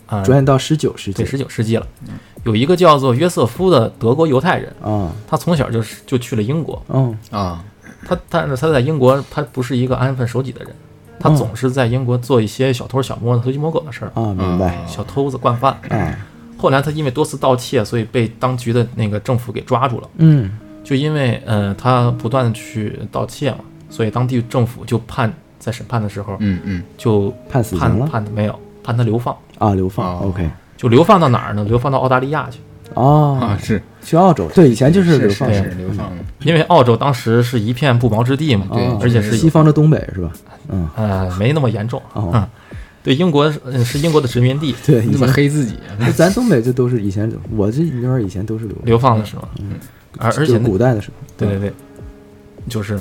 Speaker 1: 呃，
Speaker 2: 转眼到十九世
Speaker 1: 对，
Speaker 2: 纪
Speaker 1: 十九世纪了。
Speaker 2: 嗯
Speaker 1: 有一个叫做约瑟夫的德国犹太人，
Speaker 2: 啊，
Speaker 1: 他从小就是就去了英国。
Speaker 2: 哦，
Speaker 3: 啊，
Speaker 1: 他但是他在英国，他不是一个安分守己的人，他
Speaker 2: 嗯
Speaker 1: 总是在英国做一些小偷小摸、偷鸡摸狗的事儿，
Speaker 2: 啊，明白
Speaker 3: 啊
Speaker 1: 小偷子惯犯。
Speaker 2: 啊，
Speaker 1: 后来他因为多次盗窃，所以被当局的那个政府给抓住了。
Speaker 2: 嗯，
Speaker 1: 就因为呃他不断的去盗窃嘛，所以当地政府就判在审判的时候
Speaker 3: 嗯嗯，
Speaker 1: 就
Speaker 2: 判死
Speaker 1: 判
Speaker 2: 刑了
Speaker 1: 判他没有判他流放，
Speaker 2: 啊，流放。
Speaker 3: 哦
Speaker 2: OK，
Speaker 1: 就流放到哪儿呢？流放到澳大利亚去，
Speaker 2: 啊
Speaker 3: 啊，，是
Speaker 2: 去澳洲，对，以前就是流放嗯
Speaker 3: 是
Speaker 2: 嘛
Speaker 3: 是，流放的，
Speaker 1: 因为澳洲当时是一片不毛之地嘛，
Speaker 3: 对
Speaker 2: 啊
Speaker 1: 而且是
Speaker 2: 西方的东北是吧？嗯，
Speaker 1: 呃，没那么严重。
Speaker 2: 哦，
Speaker 1: 对，英国是嗯是英国的殖民地，
Speaker 2: 对，以
Speaker 3: 你怎么
Speaker 2: 前
Speaker 3: 黑自己啊？
Speaker 2: 咱东北这都是以前，我这那边儿以前都是流
Speaker 1: 流放的时候，嗯而而
Speaker 2: 嗯就
Speaker 1: 且
Speaker 2: 是嗯
Speaker 1: 那
Speaker 2: 古代的时候，
Speaker 1: 对对对，就是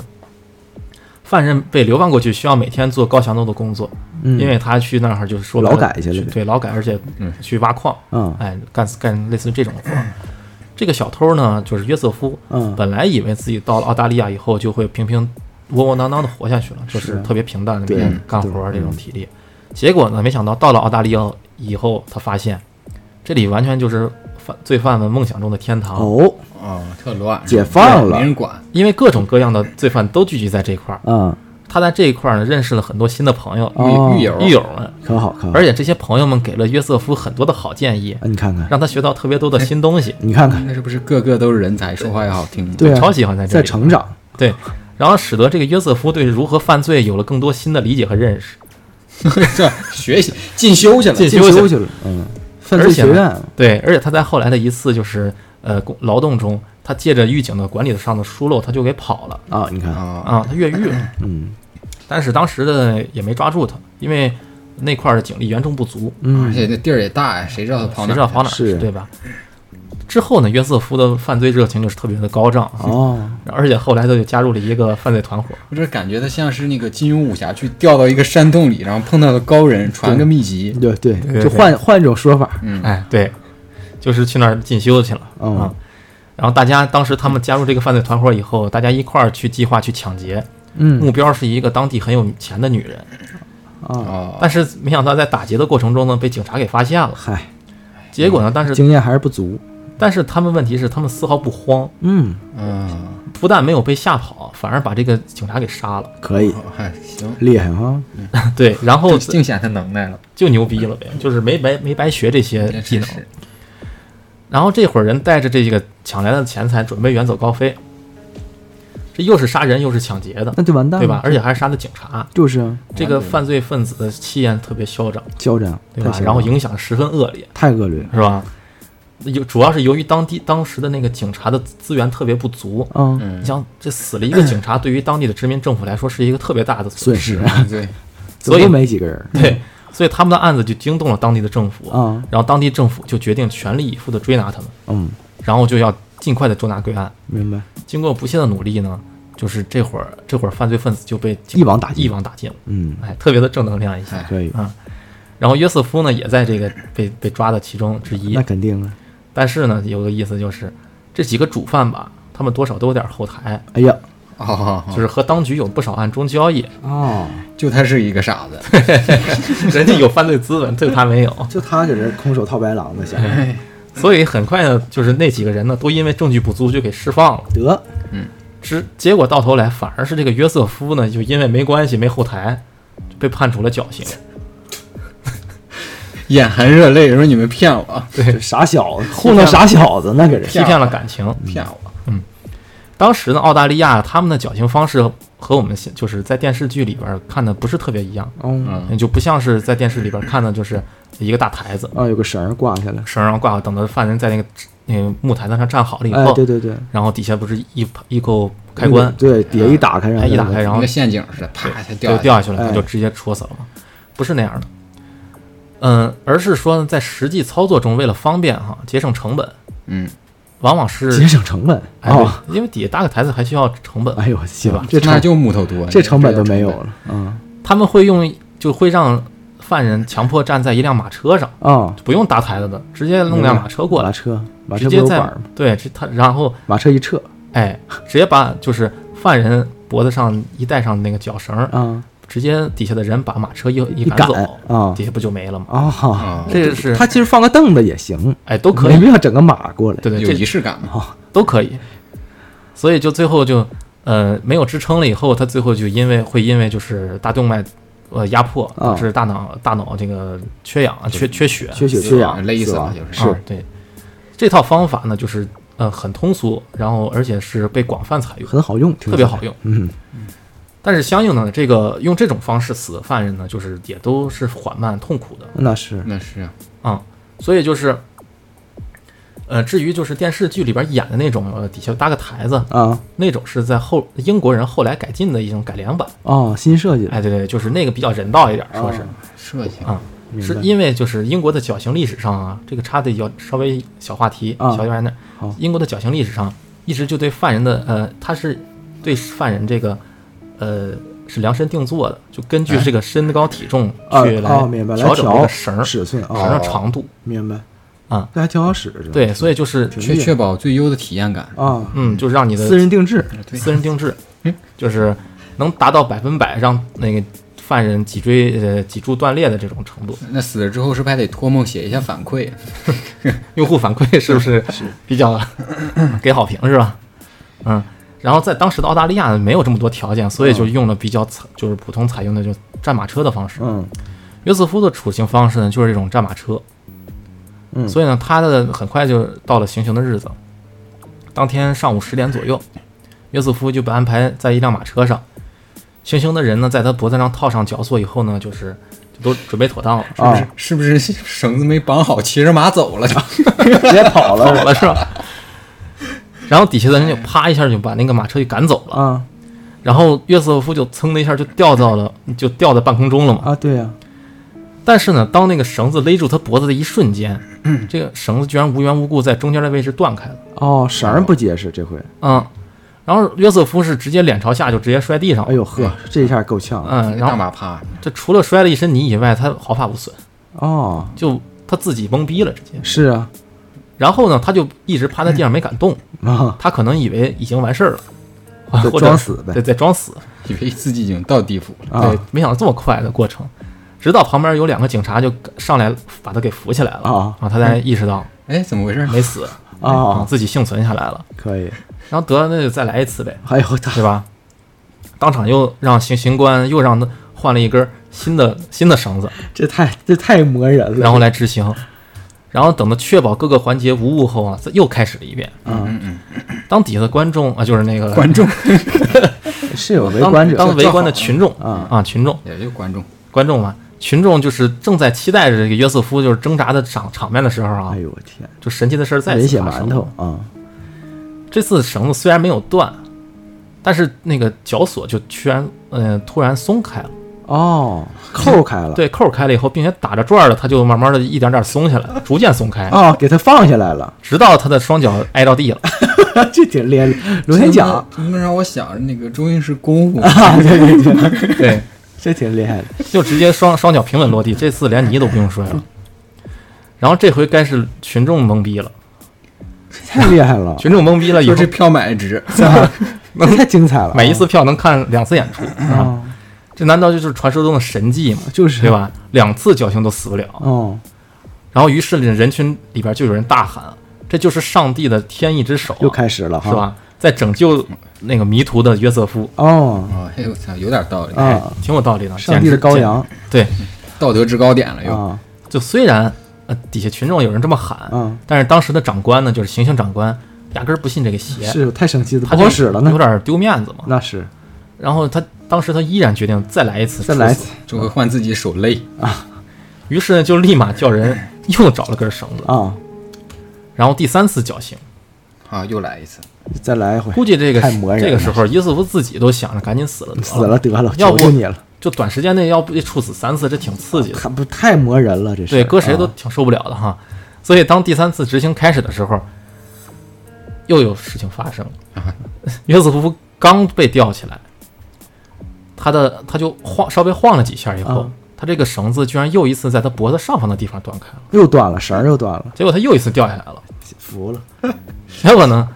Speaker 1: 犯人被流放过去，需要每天做高强度的工作，
Speaker 2: 嗯，
Speaker 1: 因为他去那儿就是说白
Speaker 2: 劳
Speaker 1: 了
Speaker 2: 改去了呗
Speaker 1: 对劳改，而且
Speaker 3: 嗯
Speaker 1: 去挖矿，
Speaker 2: 啊
Speaker 1: 哎，干干类似于这种活儿。这个小偷呢，就是约瑟夫，
Speaker 2: 嗯
Speaker 1: 本来以为自己到了澳大利亚以后就会平平窝窝囊囊的活下去了，就是是
Speaker 2: 啊
Speaker 1: 特别平淡的每
Speaker 2: 对
Speaker 1: 天干
Speaker 2: 对
Speaker 1: 活儿这种体力。结果呢，没想到到了澳大利亚以后，他发现这里完全就是犯罪犯们梦想中的天堂，
Speaker 2: 哦
Speaker 3: 哦，特乱，
Speaker 2: 解放了
Speaker 3: 没人管，
Speaker 1: 因为各种各样的罪犯都聚集在这一块儿。
Speaker 2: 啊，
Speaker 1: 他在这一块儿呢，认识了很多新的朋友、
Speaker 2: 哦
Speaker 3: 狱狱友
Speaker 1: 狱友们，
Speaker 2: 可好可好，
Speaker 1: 而且这些朋友们给了约瑟夫很多的好建议，
Speaker 2: 啊你看看，
Speaker 1: 让他学到特别多的新东西。
Speaker 2: 你看看，
Speaker 3: 那是不是个个都是人才，说话也好听？
Speaker 2: 对啊
Speaker 1: 超喜欢在这
Speaker 2: 在
Speaker 1: 里。
Speaker 2: 成长，
Speaker 1: 对，然后使得这个约瑟夫对如何犯罪有了更多新的理解和认识。
Speaker 3: 这学习进修去了，
Speaker 1: 进
Speaker 2: 进
Speaker 1: 修去
Speaker 2: 修去了，嗯，犯罪
Speaker 1: 而且
Speaker 2: 学
Speaker 1: 呢
Speaker 2: 院，
Speaker 1: 对，而且他在后来的一次就是呃工劳动中，他借着狱警的管理上的疏漏，他就给跑了
Speaker 2: 啊，你看，
Speaker 3: 啊，
Speaker 1: 啊，他越狱了。
Speaker 2: 嗯
Speaker 1: 但是当时的也没抓住他，因为那块儿的警力严重不足，
Speaker 3: 而
Speaker 2: 嗯，
Speaker 3: 且那地儿也大呀，谁知道他呃跑
Speaker 1: 谁
Speaker 3: 哪？
Speaker 1: 知道跑哪儿
Speaker 2: 是
Speaker 1: 去，对吧？之后呢，约瑟夫的犯罪热情就是特别的高涨啊，
Speaker 2: 哦，
Speaker 1: 而且后来他就加入了一个犯罪团伙，
Speaker 3: 我这感觉他像是那个金庸武侠去掉到一个山洞里，然后碰到了高人，传个秘籍。
Speaker 2: 对对
Speaker 1: 对，
Speaker 2: 就
Speaker 1: 对
Speaker 2: 换换一种说法，
Speaker 3: 嗯，哦
Speaker 1: 哎，对，就是去那儿进修去了
Speaker 2: 嗯
Speaker 1: 啊。然后大家当时他们加入这个犯罪团伙以后，大家一块儿去计划去抢劫，
Speaker 2: 嗯
Speaker 1: 目标是一个当地很有钱的女人。
Speaker 2: 啊，
Speaker 3: 哦，
Speaker 1: 但是没想到在打劫的过程中呢，被警察给发现了。
Speaker 2: 嗨，
Speaker 1: 结果呢，
Speaker 3: 嗯
Speaker 1: 但是
Speaker 2: 经验还是不足，
Speaker 1: 但是他们问题是他们丝毫不慌，
Speaker 2: 嗯，
Speaker 3: 嗯，
Speaker 1: 不但没有被吓跑，反而把这个警察给杀了。
Speaker 2: 可以，
Speaker 3: 还哦行，
Speaker 2: 厉害哈，
Speaker 1: 对，然后
Speaker 3: 就尽显他能耐了，
Speaker 1: 就牛逼了呗，
Speaker 2: 嗯
Speaker 1: 就是没白没白学这些
Speaker 3: 也
Speaker 1: 技
Speaker 3: 真
Speaker 1: 能。
Speaker 3: 是。
Speaker 1: 然后这伙人带着这个抢来的钱财，准备远走高飞。这又是杀人又是抢劫的，
Speaker 2: 那就完蛋了，
Speaker 1: 对吧？？而且还是杀的警察，
Speaker 2: 就是啊，
Speaker 1: 这个犯罪分子的气焰特别嚣张，
Speaker 2: 嚣张，
Speaker 1: 对
Speaker 2: 太
Speaker 1: 吧？
Speaker 2: 嚣
Speaker 1: 然后
Speaker 2: 张
Speaker 1: 影响十分恶劣，
Speaker 2: 太恶劣了，
Speaker 1: 是吧？有主要是由于当地当时的那个警察的资源特别不足，
Speaker 2: 啊，
Speaker 3: 嗯
Speaker 1: 你，像这死了一个警察，对于当地的殖民政府来说是一个特别大的损
Speaker 2: 损
Speaker 1: 失，
Speaker 2: 失，
Speaker 3: 对，
Speaker 1: 所以
Speaker 2: 总共没几个人，
Speaker 1: 对，所以他们的案子就惊动了当地的政府，
Speaker 2: 啊，
Speaker 1: 然后当地政府就决定全力以赴的追拿他们，
Speaker 2: 嗯，
Speaker 1: 然后就要尽快的捉拿归案。
Speaker 2: 明白，
Speaker 1: 经过不懈的努力呢，就是这会儿这会儿犯罪分子就被警
Speaker 2: 一网打尽
Speaker 1: 一网打尽了，
Speaker 2: 嗯，
Speaker 1: 哎，特别的正能量一下。
Speaker 3: 哎，
Speaker 2: 可以，
Speaker 1: 然后约瑟夫呢也在这个被被抓的其中之一
Speaker 2: 那。肯定啊，
Speaker 1: 但是呢，有个意思就是，这几个主犯吧，他们多少都有点后台，
Speaker 2: 哎呀，
Speaker 3: 哦，
Speaker 1: 就是和当局有不少暗中交易，
Speaker 2: 哦，
Speaker 3: 就他是一个傻子，
Speaker 1: 人家有犯罪资本，对他没有。
Speaker 2: 就他搁这空手套白狼的，想
Speaker 1: 嗯所以很快呢，就是那几个人呢，都因为证据不足就给释放了。
Speaker 2: 得，
Speaker 1: 之结果到头来，反而是这个约瑟夫呢，就因为没关系没后台，就被判处了绞刑。
Speaker 3: 眼含热泪说：“你们骗我，
Speaker 2: 这傻小子糊弄傻小子，那搁这
Speaker 1: 欺骗了感情。
Speaker 3: 骗我
Speaker 1: 当时呢，澳大利亚他们的绞刑方式和我们现就是在电视剧里边看的不是特别一样，
Speaker 2: 嗯，！”
Speaker 3: 嗯，
Speaker 1: 就不像是在电视里边看的，就是一个大台子，
Speaker 2: 啊，有个绳儿挂下来，
Speaker 1: 绳儿上挂好，等到犯人在那个那个木台子上站好了以
Speaker 2: 哎，
Speaker 1: 后，
Speaker 2: 对对对，
Speaker 1: 然后底下不是一一扣开
Speaker 2: 那个
Speaker 1: 关，
Speaker 2: 对，底下一打开，然后
Speaker 1: 哎一打开，然
Speaker 3: 跟
Speaker 1: 后
Speaker 3: 个陷阱似的，啪一下掉
Speaker 1: 就
Speaker 3: 下去。
Speaker 1: 掉下去了，
Speaker 2: 哎
Speaker 1: 他就直接戳死了嘛，不是那样的。嗯，而是说呢，在实际操作中，为了方便哈，节省成本，
Speaker 3: 嗯，
Speaker 1: 往往是
Speaker 2: 节省成本
Speaker 1: 哎，
Speaker 2: 啊，
Speaker 1: 对因为底下搭个台子还需要成本，
Speaker 2: 哎呦我去
Speaker 1: 对吧
Speaker 2: 这
Speaker 3: 那
Speaker 2: 成
Speaker 3: 就木头多，
Speaker 2: 这成本
Speaker 3: 这
Speaker 2: 都
Speaker 3: 叫
Speaker 2: 没有
Speaker 3: 成本
Speaker 2: 了，嗯
Speaker 1: 他们会用就会让犯人强迫站在一辆马车上，
Speaker 2: 啊，
Speaker 1: 不用搭台子的，直接弄辆马车过
Speaker 2: 马
Speaker 1: 来，
Speaker 2: 车，马
Speaker 1: 直
Speaker 2: 车不
Speaker 1: 接
Speaker 2: 有
Speaker 1: 在
Speaker 2: 板儿吗？
Speaker 1: 对，这他然后
Speaker 2: 马车一撤
Speaker 1: 哎，直接把就是犯人脖子上一带上那个绞绳儿，
Speaker 2: 啊，
Speaker 1: 直接底下的人把马车一一
Speaker 2: 一
Speaker 1: 赶
Speaker 2: 赶
Speaker 1: 走，
Speaker 2: 啊
Speaker 1: 底下不就没了吗？
Speaker 2: 啊哈，
Speaker 3: 啊，
Speaker 1: 这个是
Speaker 2: 他其实放个凳子也行，
Speaker 1: 哎都可
Speaker 2: 没
Speaker 1: 以，
Speaker 2: 必要整个马过来，
Speaker 1: 对对，
Speaker 3: 有
Speaker 1: 这
Speaker 3: 仪式感嘛？
Speaker 1: 都可以，所以就最后就呃没有支撑了以后，他最后就因为会因为就是大动脉呃压迫，
Speaker 2: 啊
Speaker 1: 导致大脑大脑这个缺氧缺缺血
Speaker 2: 缺血
Speaker 3: 死
Speaker 2: 缺
Speaker 3: 了
Speaker 2: 氧，
Speaker 3: 勒死
Speaker 2: 吧
Speaker 3: 了就是
Speaker 1: 啊对，这套方法呢就是呃很通俗，然后而且是被广泛采用，
Speaker 2: 很好用，
Speaker 1: 特别好用。
Speaker 2: 嗯，
Speaker 1: 但是相应的呢，这个用这种方式死的犯人呢，就是也都是缓慢痛苦的。
Speaker 2: 那是
Speaker 3: 那是啊，
Speaker 1: 所以就是，呃，至于就是电视剧里边演的那种，呃，底下搭个台子
Speaker 2: 啊
Speaker 1: 那种，是在后英国人后来改进的一种改良版。
Speaker 2: 哦，新设计的，
Speaker 1: 哎，对对，就是那个比较人道一点，哎说是、
Speaker 2: 哦
Speaker 3: 设计
Speaker 1: 啊
Speaker 2: 明
Speaker 1: 是
Speaker 2: 白
Speaker 1: 因为就是英国的绞刑历史上啊，这个插的要稍微小话题，
Speaker 2: 啊
Speaker 1: 小一点
Speaker 2: 好
Speaker 1: 英国的绞刑历史上一直就对犯人的呃，他是对犯人这个呃是量身定做的，就根据
Speaker 3: 哎
Speaker 1: 这个身高体重
Speaker 2: 啊
Speaker 1: 去来
Speaker 2: 哦明白来
Speaker 1: 调整这
Speaker 2: 调
Speaker 1: 个绳儿、
Speaker 2: 尺寸
Speaker 1: 绳儿
Speaker 2: 啊，
Speaker 1: 的长度。
Speaker 2: 明白
Speaker 1: 啊，
Speaker 2: 这还挺好使，这
Speaker 1: 对，所以就是
Speaker 3: 确确保最优的体验感。
Speaker 2: 啊，
Speaker 1: 嗯，就是让你的
Speaker 2: 私人定制
Speaker 3: 对，
Speaker 1: 私人定制
Speaker 3: 嗯，
Speaker 1: 就是能达到百分百让那个犯人脊椎呃脊柱断裂的这种程度。
Speaker 3: 那死了之后是不是还得托梦写一下反馈？
Speaker 1: 用户反馈是不是比较给好评是吧？嗯，然后在当时的澳大利亚没有这么多条件，所以
Speaker 3: 嗯
Speaker 1: 就用了比较采就是普通采用的就战马车的方式。
Speaker 2: 嗯
Speaker 1: 约瑟夫的处刑方式呢就是这种战马车，
Speaker 2: 嗯，
Speaker 1: 所以呢他的很快就到了行刑的日子。当天上午十点左右，约瑟夫就被安排在一辆马车上。行刑的人呢，在他脖子上套上绞索以后呢，就是就都准备妥当了，
Speaker 2: 啊，
Speaker 3: 是不是 绳子没绑好，骑着马走了就？
Speaker 2: 直接
Speaker 1: 跑
Speaker 2: 跑了
Speaker 1: 了是吧？然后底下的人就啪一下就把那个马车就赶走了，
Speaker 2: 啊
Speaker 1: 然后约瑟夫就噌的一下就掉到了，就掉在半空中了嘛。
Speaker 2: 啊，对呀，
Speaker 1: 但是呢，当那个绳子勒住他脖子的一瞬间，
Speaker 2: 嗯
Speaker 1: 这个绳子居然无缘无故在中间的位置断开了，
Speaker 2: 哦，绳儿不结实这回，
Speaker 1: 嗯，然后约瑟夫是直接脸朝下就直接摔地上
Speaker 2: 哎
Speaker 1: 了，
Speaker 2: 呦呵，这一下够呛
Speaker 1: 嗯，然
Speaker 3: 大
Speaker 1: 后
Speaker 3: 马趴，
Speaker 1: 这除了摔了一身泥以外，他毫发无损，
Speaker 2: 哦，
Speaker 1: 就他自己懵逼了直接。
Speaker 2: 是啊
Speaker 1: 然后呢，他就一直趴在地上没敢动，
Speaker 2: 啊，
Speaker 1: 他可能以为已经完事儿了，
Speaker 2: 就
Speaker 1: 或者
Speaker 2: 装死呗
Speaker 1: 对，在装死。
Speaker 3: 以为自己已经到地府了。
Speaker 2: 啊
Speaker 1: 对，没想到这么快的过程，直到旁边有两个警察就上来把他给扶起来了，
Speaker 2: 啊
Speaker 1: 然后他才意识到
Speaker 3: 哎，怎么回事？
Speaker 1: 没死，
Speaker 2: 啊，
Speaker 1: 自己幸存下来了。
Speaker 2: 可以，
Speaker 1: 然后得了那就再来一次呗，
Speaker 2: 哎呦他
Speaker 1: 对吧？当场又让行刑官又让他换了一根新的新的绳子，
Speaker 2: 这太这太磨人了，
Speaker 1: 然后来执行。然后等到确保各个环节无误后啊，再又开始了一遍。
Speaker 2: 啊，
Speaker 1: 当底下的观众啊，就是那个
Speaker 3: 观众
Speaker 2: 是有围
Speaker 1: 当
Speaker 2: 观者
Speaker 1: 当围观的
Speaker 3: 叫好
Speaker 1: 群众
Speaker 2: 啊
Speaker 1: 啊，群众
Speaker 3: 也就观众，
Speaker 1: 观众嘛，群众就是正在期待着这个约瑟夫就是挣扎的场场面的时候啊，
Speaker 2: 哎呦我天，
Speaker 1: 就神奇的事儿再
Speaker 2: 人
Speaker 1: 次
Speaker 2: 血
Speaker 1: 发
Speaker 2: 馒
Speaker 1: 生。
Speaker 2: 头啊，
Speaker 1: 这次绳子虽然没有断，但是那个绞索就居然呃突然松开了，
Speaker 2: 哦，扣开了，
Speaker 1: 对，扣开了以后，并且打着转儿了，它就慢慢的一点点松下
Speaker 2: 啊
Speaker 1: 来，逐渐松开，
Speaker 2: 哦，给他放下来了，
Speaker 1: 直到他的双脚挨到地了。
Speaker 2: 这挺厉害，螺旋桨
Speaker 3: 这能让我想着那个周星驰 功夫，
Speaker 2: 啊， 对对对，
Speaker 1: 对，
Speaker 2: 这挺厉害的，
Speaker 1: 就直接双双脚平稳落地，这次连泥都不用摔了。然后这回该是群众懵逼了，
Speaker 2: 太厉害 了，
Speaker 1: 群众懵逼了以
Speaker 3: 说
Speaker 1: 后
Speaker 3: 这，票买的值。
Speaker 2: 啊这太精 彩了，
Speaker 1: 买一次票能看两次演出，
Speaker 2: 啊，
Speaker 1: 这难道就是传说中的神迹吗？
Speaker 2: 就
Speaker 1: 嗯
Speaker 2: 是
Speaker 1: 对？吧？两次绞刑都死不了。
Speaker 2: 哦，
Speaker 1: 然后于是人群里边就有人大喊：“这就是上帝的天意之手啊、
Speaker 2: 又开始了哈，
Speaker 1: 是？吧？在拯救那个迷途的约瑟夫，
Speaker 2: 哦
Speaker 3: 哦，哎呦我操，有点道理，哎
Speaker 2: 啊，
Speaker 1: 挺有道理的。
Speaker 2: 上帝的
Speaker 1: 哎简直哎
Speaker 2: 羔。羊
Speaker 1: 对，
Speaker 3: 道德制高点了又。
Speaker 2: 啊
Speaker 1: 就虽然呃底下群众有人这么喊，
Speaker 2: 啊，
Speaker 1: 但是当时的长官呢，就是行刑长官，压根儿不信这个邪，
Speaker 2: 是太生气了，
Speaker 1: 他
Speaker 2: 不
Speaker 1: 就
Speaker 2: 好使了呢
Speaker 1: 有，点丢面子嘛。
Speaker 2: 那是
Speaker 1: 然后他当时他依然决定再来一次，
Speaker 2: 再来一
Speaker 1: 处死
Speaker 2: 次
Speaker 3: 这回换自己手累，
Speaker 1: 于是呢，就立马叫人又找了根绳子，
Speaker 2: 啊，
Speaker 1: 然后第三次绞刑。
Speaker 3: 啊，又来一次。
Speaker 2: 再来一回，
Speaker 1: 估计这个
Speaker 2: 太磨人了
Speaker 1: 这个时候，耶瑟夫自己都想着赶紧死了得
Speaker 2: 死了得了，
Speaker 1: 要
Speaker 2: 求
Speaker 1: 不
Speaker 2: 求你了，
Speaker 1: 就短时间内要被处死三次，这挺刺激的。
Speaker 2: 太不太磨人了，这是
Speaker 1: 对，搁谁都
Speaker 2: 啊
Speaker 1: 挺受不了的哈。所以当第三次执行开始的时候，又有事情发生
Speaker 3: 啊。
Speaker 1: 约瑟夫刚被吊起来，他的他就晃稍微晃了几下以后，
Speaker 2: 啊
Speaker 1: 他这个绳子居然又一次在他脖子上方的地方断开了，
Speaker 2: 又断了，绳儿又断了，
Speaker 1: 结果他又一次掉下来了。
Speaker 2: 服了
Speaker 1: 结果呢，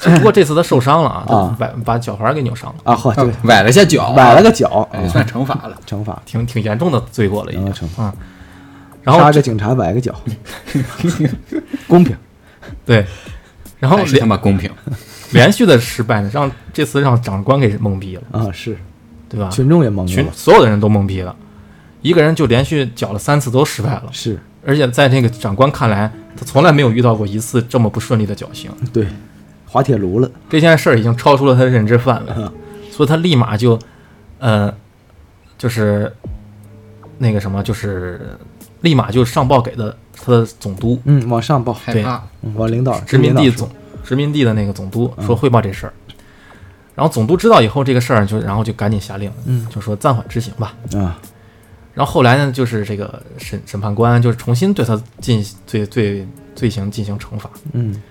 Speaker 1: 只不过这次他受伤了 啊，
Speaker 2: 啊
Speaker 1: 他把把脚踝给扭伤了，
Speaker 2: 啊！嚯，对，
Speaker 3: 崴了下脚，
Speaker 2: 崴了个脚，
Speaker 3: 哎，
Speaker 2: 啊
Speaker 3: 算惩罚 了。
Speaker 2: 惩罚，
Speaker 1: 挺挺严重的罪过了已
Speaker 2: 然后
Speaker 1: 经。
Speaker 2: 惩罚，
Speaker 1: 嗯，然后
Speaker 2: 杀个警察崴个 脚，公平
Speaker 1: 对，然后
Speaker 3: 还是
Speaker 1: 连
Speaker 3: 他妈公平，
Speaker 1: 连续的失败呢，让这次让长官给懵逼了，
Speaker 2: 啊！是
Speaker 1: 对吧？
Speaker 2: 群众也懵
Speaker 1: 群
Speaker 2: 了，
Speaker 1: 所有的人都懵逼了，一个人就连续搅了三次都失败了，
Speaker 2: 是
Speaker 1: 而且在那个长官看来，他从来没有遇到过一次这么不顺利的绞刑。
Speaker 2: 对，滑铁卢了
Speaker 1: 嗯这件事儿已经超出了他的认知范围，所以他立马就，呃，就是那个什么，就是立马就上报给的他的总督，
Speaker 2: 嗯，往上报，
Speaker 3: 害
Speaker 1: 对
Speaker 3: 怕，
Speaker 2: 嗯往领导
Speaker 1: 殖民嗯
Speaker 2: 领
Speaker 1: 地
Speaker 2: 导说
Speaker 1: 总殖民地的那个总督说汇报这事儿，然后总督知道以后这个事儿就然后就赶紧下令，
Speaker 2: 嗯
Speaker 1: 就说暂缓执行吧。
Speaker 2: 啊，
Speaker 1: 然后后来呢，就是这个审审判官就是重新对他进罪罪罪行进行惩罚，
Speaker 2: 嗯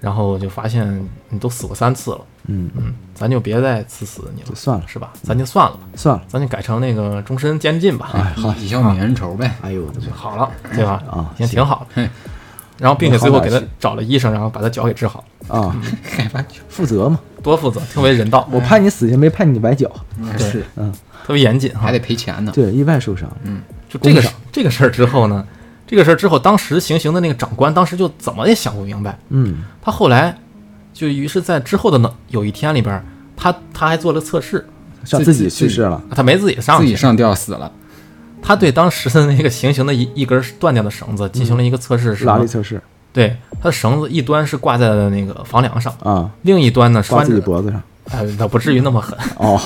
Speaker 1: 然后就发现你都死过三次了，
Speaker 2: 嗯，
Speaker 1: 嗯，咱就别再赐死你
Speaker 2: 就
Speaker 1: 了，
Speaker 2: 算了
Speaker 1: 是吧？咱就算了吧，
Speaker 2: 算了，
Speaker 1: 咱就改成那个终身监禁吧，
Speaker 2: 哎好，
Speaker 3: 以消泯恩仇呗。
Speaker 2: 哎呦我的
Speaker 1: 就
Speaker 2: 妈
Speaker 1: 好了，对吧？
Speaker 2: 啊
Speaker 1: 也挺好的
Speaker 3: 嘿。
Speaker 1: 然后，并且最后给他
Speaker 2: 好歹是
Speaker 1: 找了医生，然后把他脚给治好，
Speaker 2: 啊，
Speaker 3: 害怕就
Speaker 2: 负责嘛，
Speaker 1: 多负责，特别人道，
Speaker 2: 我判你死刑没判你崴脚，嗯
Speaker 1: 对
Speaker 3: 是
Speaker 1: 特别严谨
Speaker 2: 啊
Speaker 1: 哈
Speaker 3: 还。得赔钱呢。
Speaker 2: 对，意外受伤，嗯
Speaker 1: 就这个
Speaker 2: 工
Speaker 1: 事这个事儿之后呢，这个事儿之后，当时行刑的那个长官当时就怎么也想不明白，
Speaker 2: 嗯
Speaker 1: 他后来就于是在之后的呢有一天里边儿，他他还做了测试，
Speaker 2: 上自
Speaker 3: 自
Speaker 2: 己
Speaker 3: 己
Speaker 2: 去世了，
Speaker 1: 他没自己上
Speaker 3: 自
Speaker 1: 去
Speaker 3: 己，上吊死了，
Speaker 1: 他对当时的那个行刑的一一根断掉的绳子进行了一个测试，是
Speaker 2: 拉
Speaker 1: 吗
Speaker 2: 力测试
Speaker 1: 对，他的绳子一端是挂在了那个房梁上，
Speaker 2: 啊，
Speaker 1: 另一端呢
Speaker 2: 挂
Speaker 1: 拴
Speaker 2: 自己
Speaker 1: 着，
Speaker 2: 脖子上，
Speaker 1: 呃，那不至于那么狠，
Speaker 2: 哦，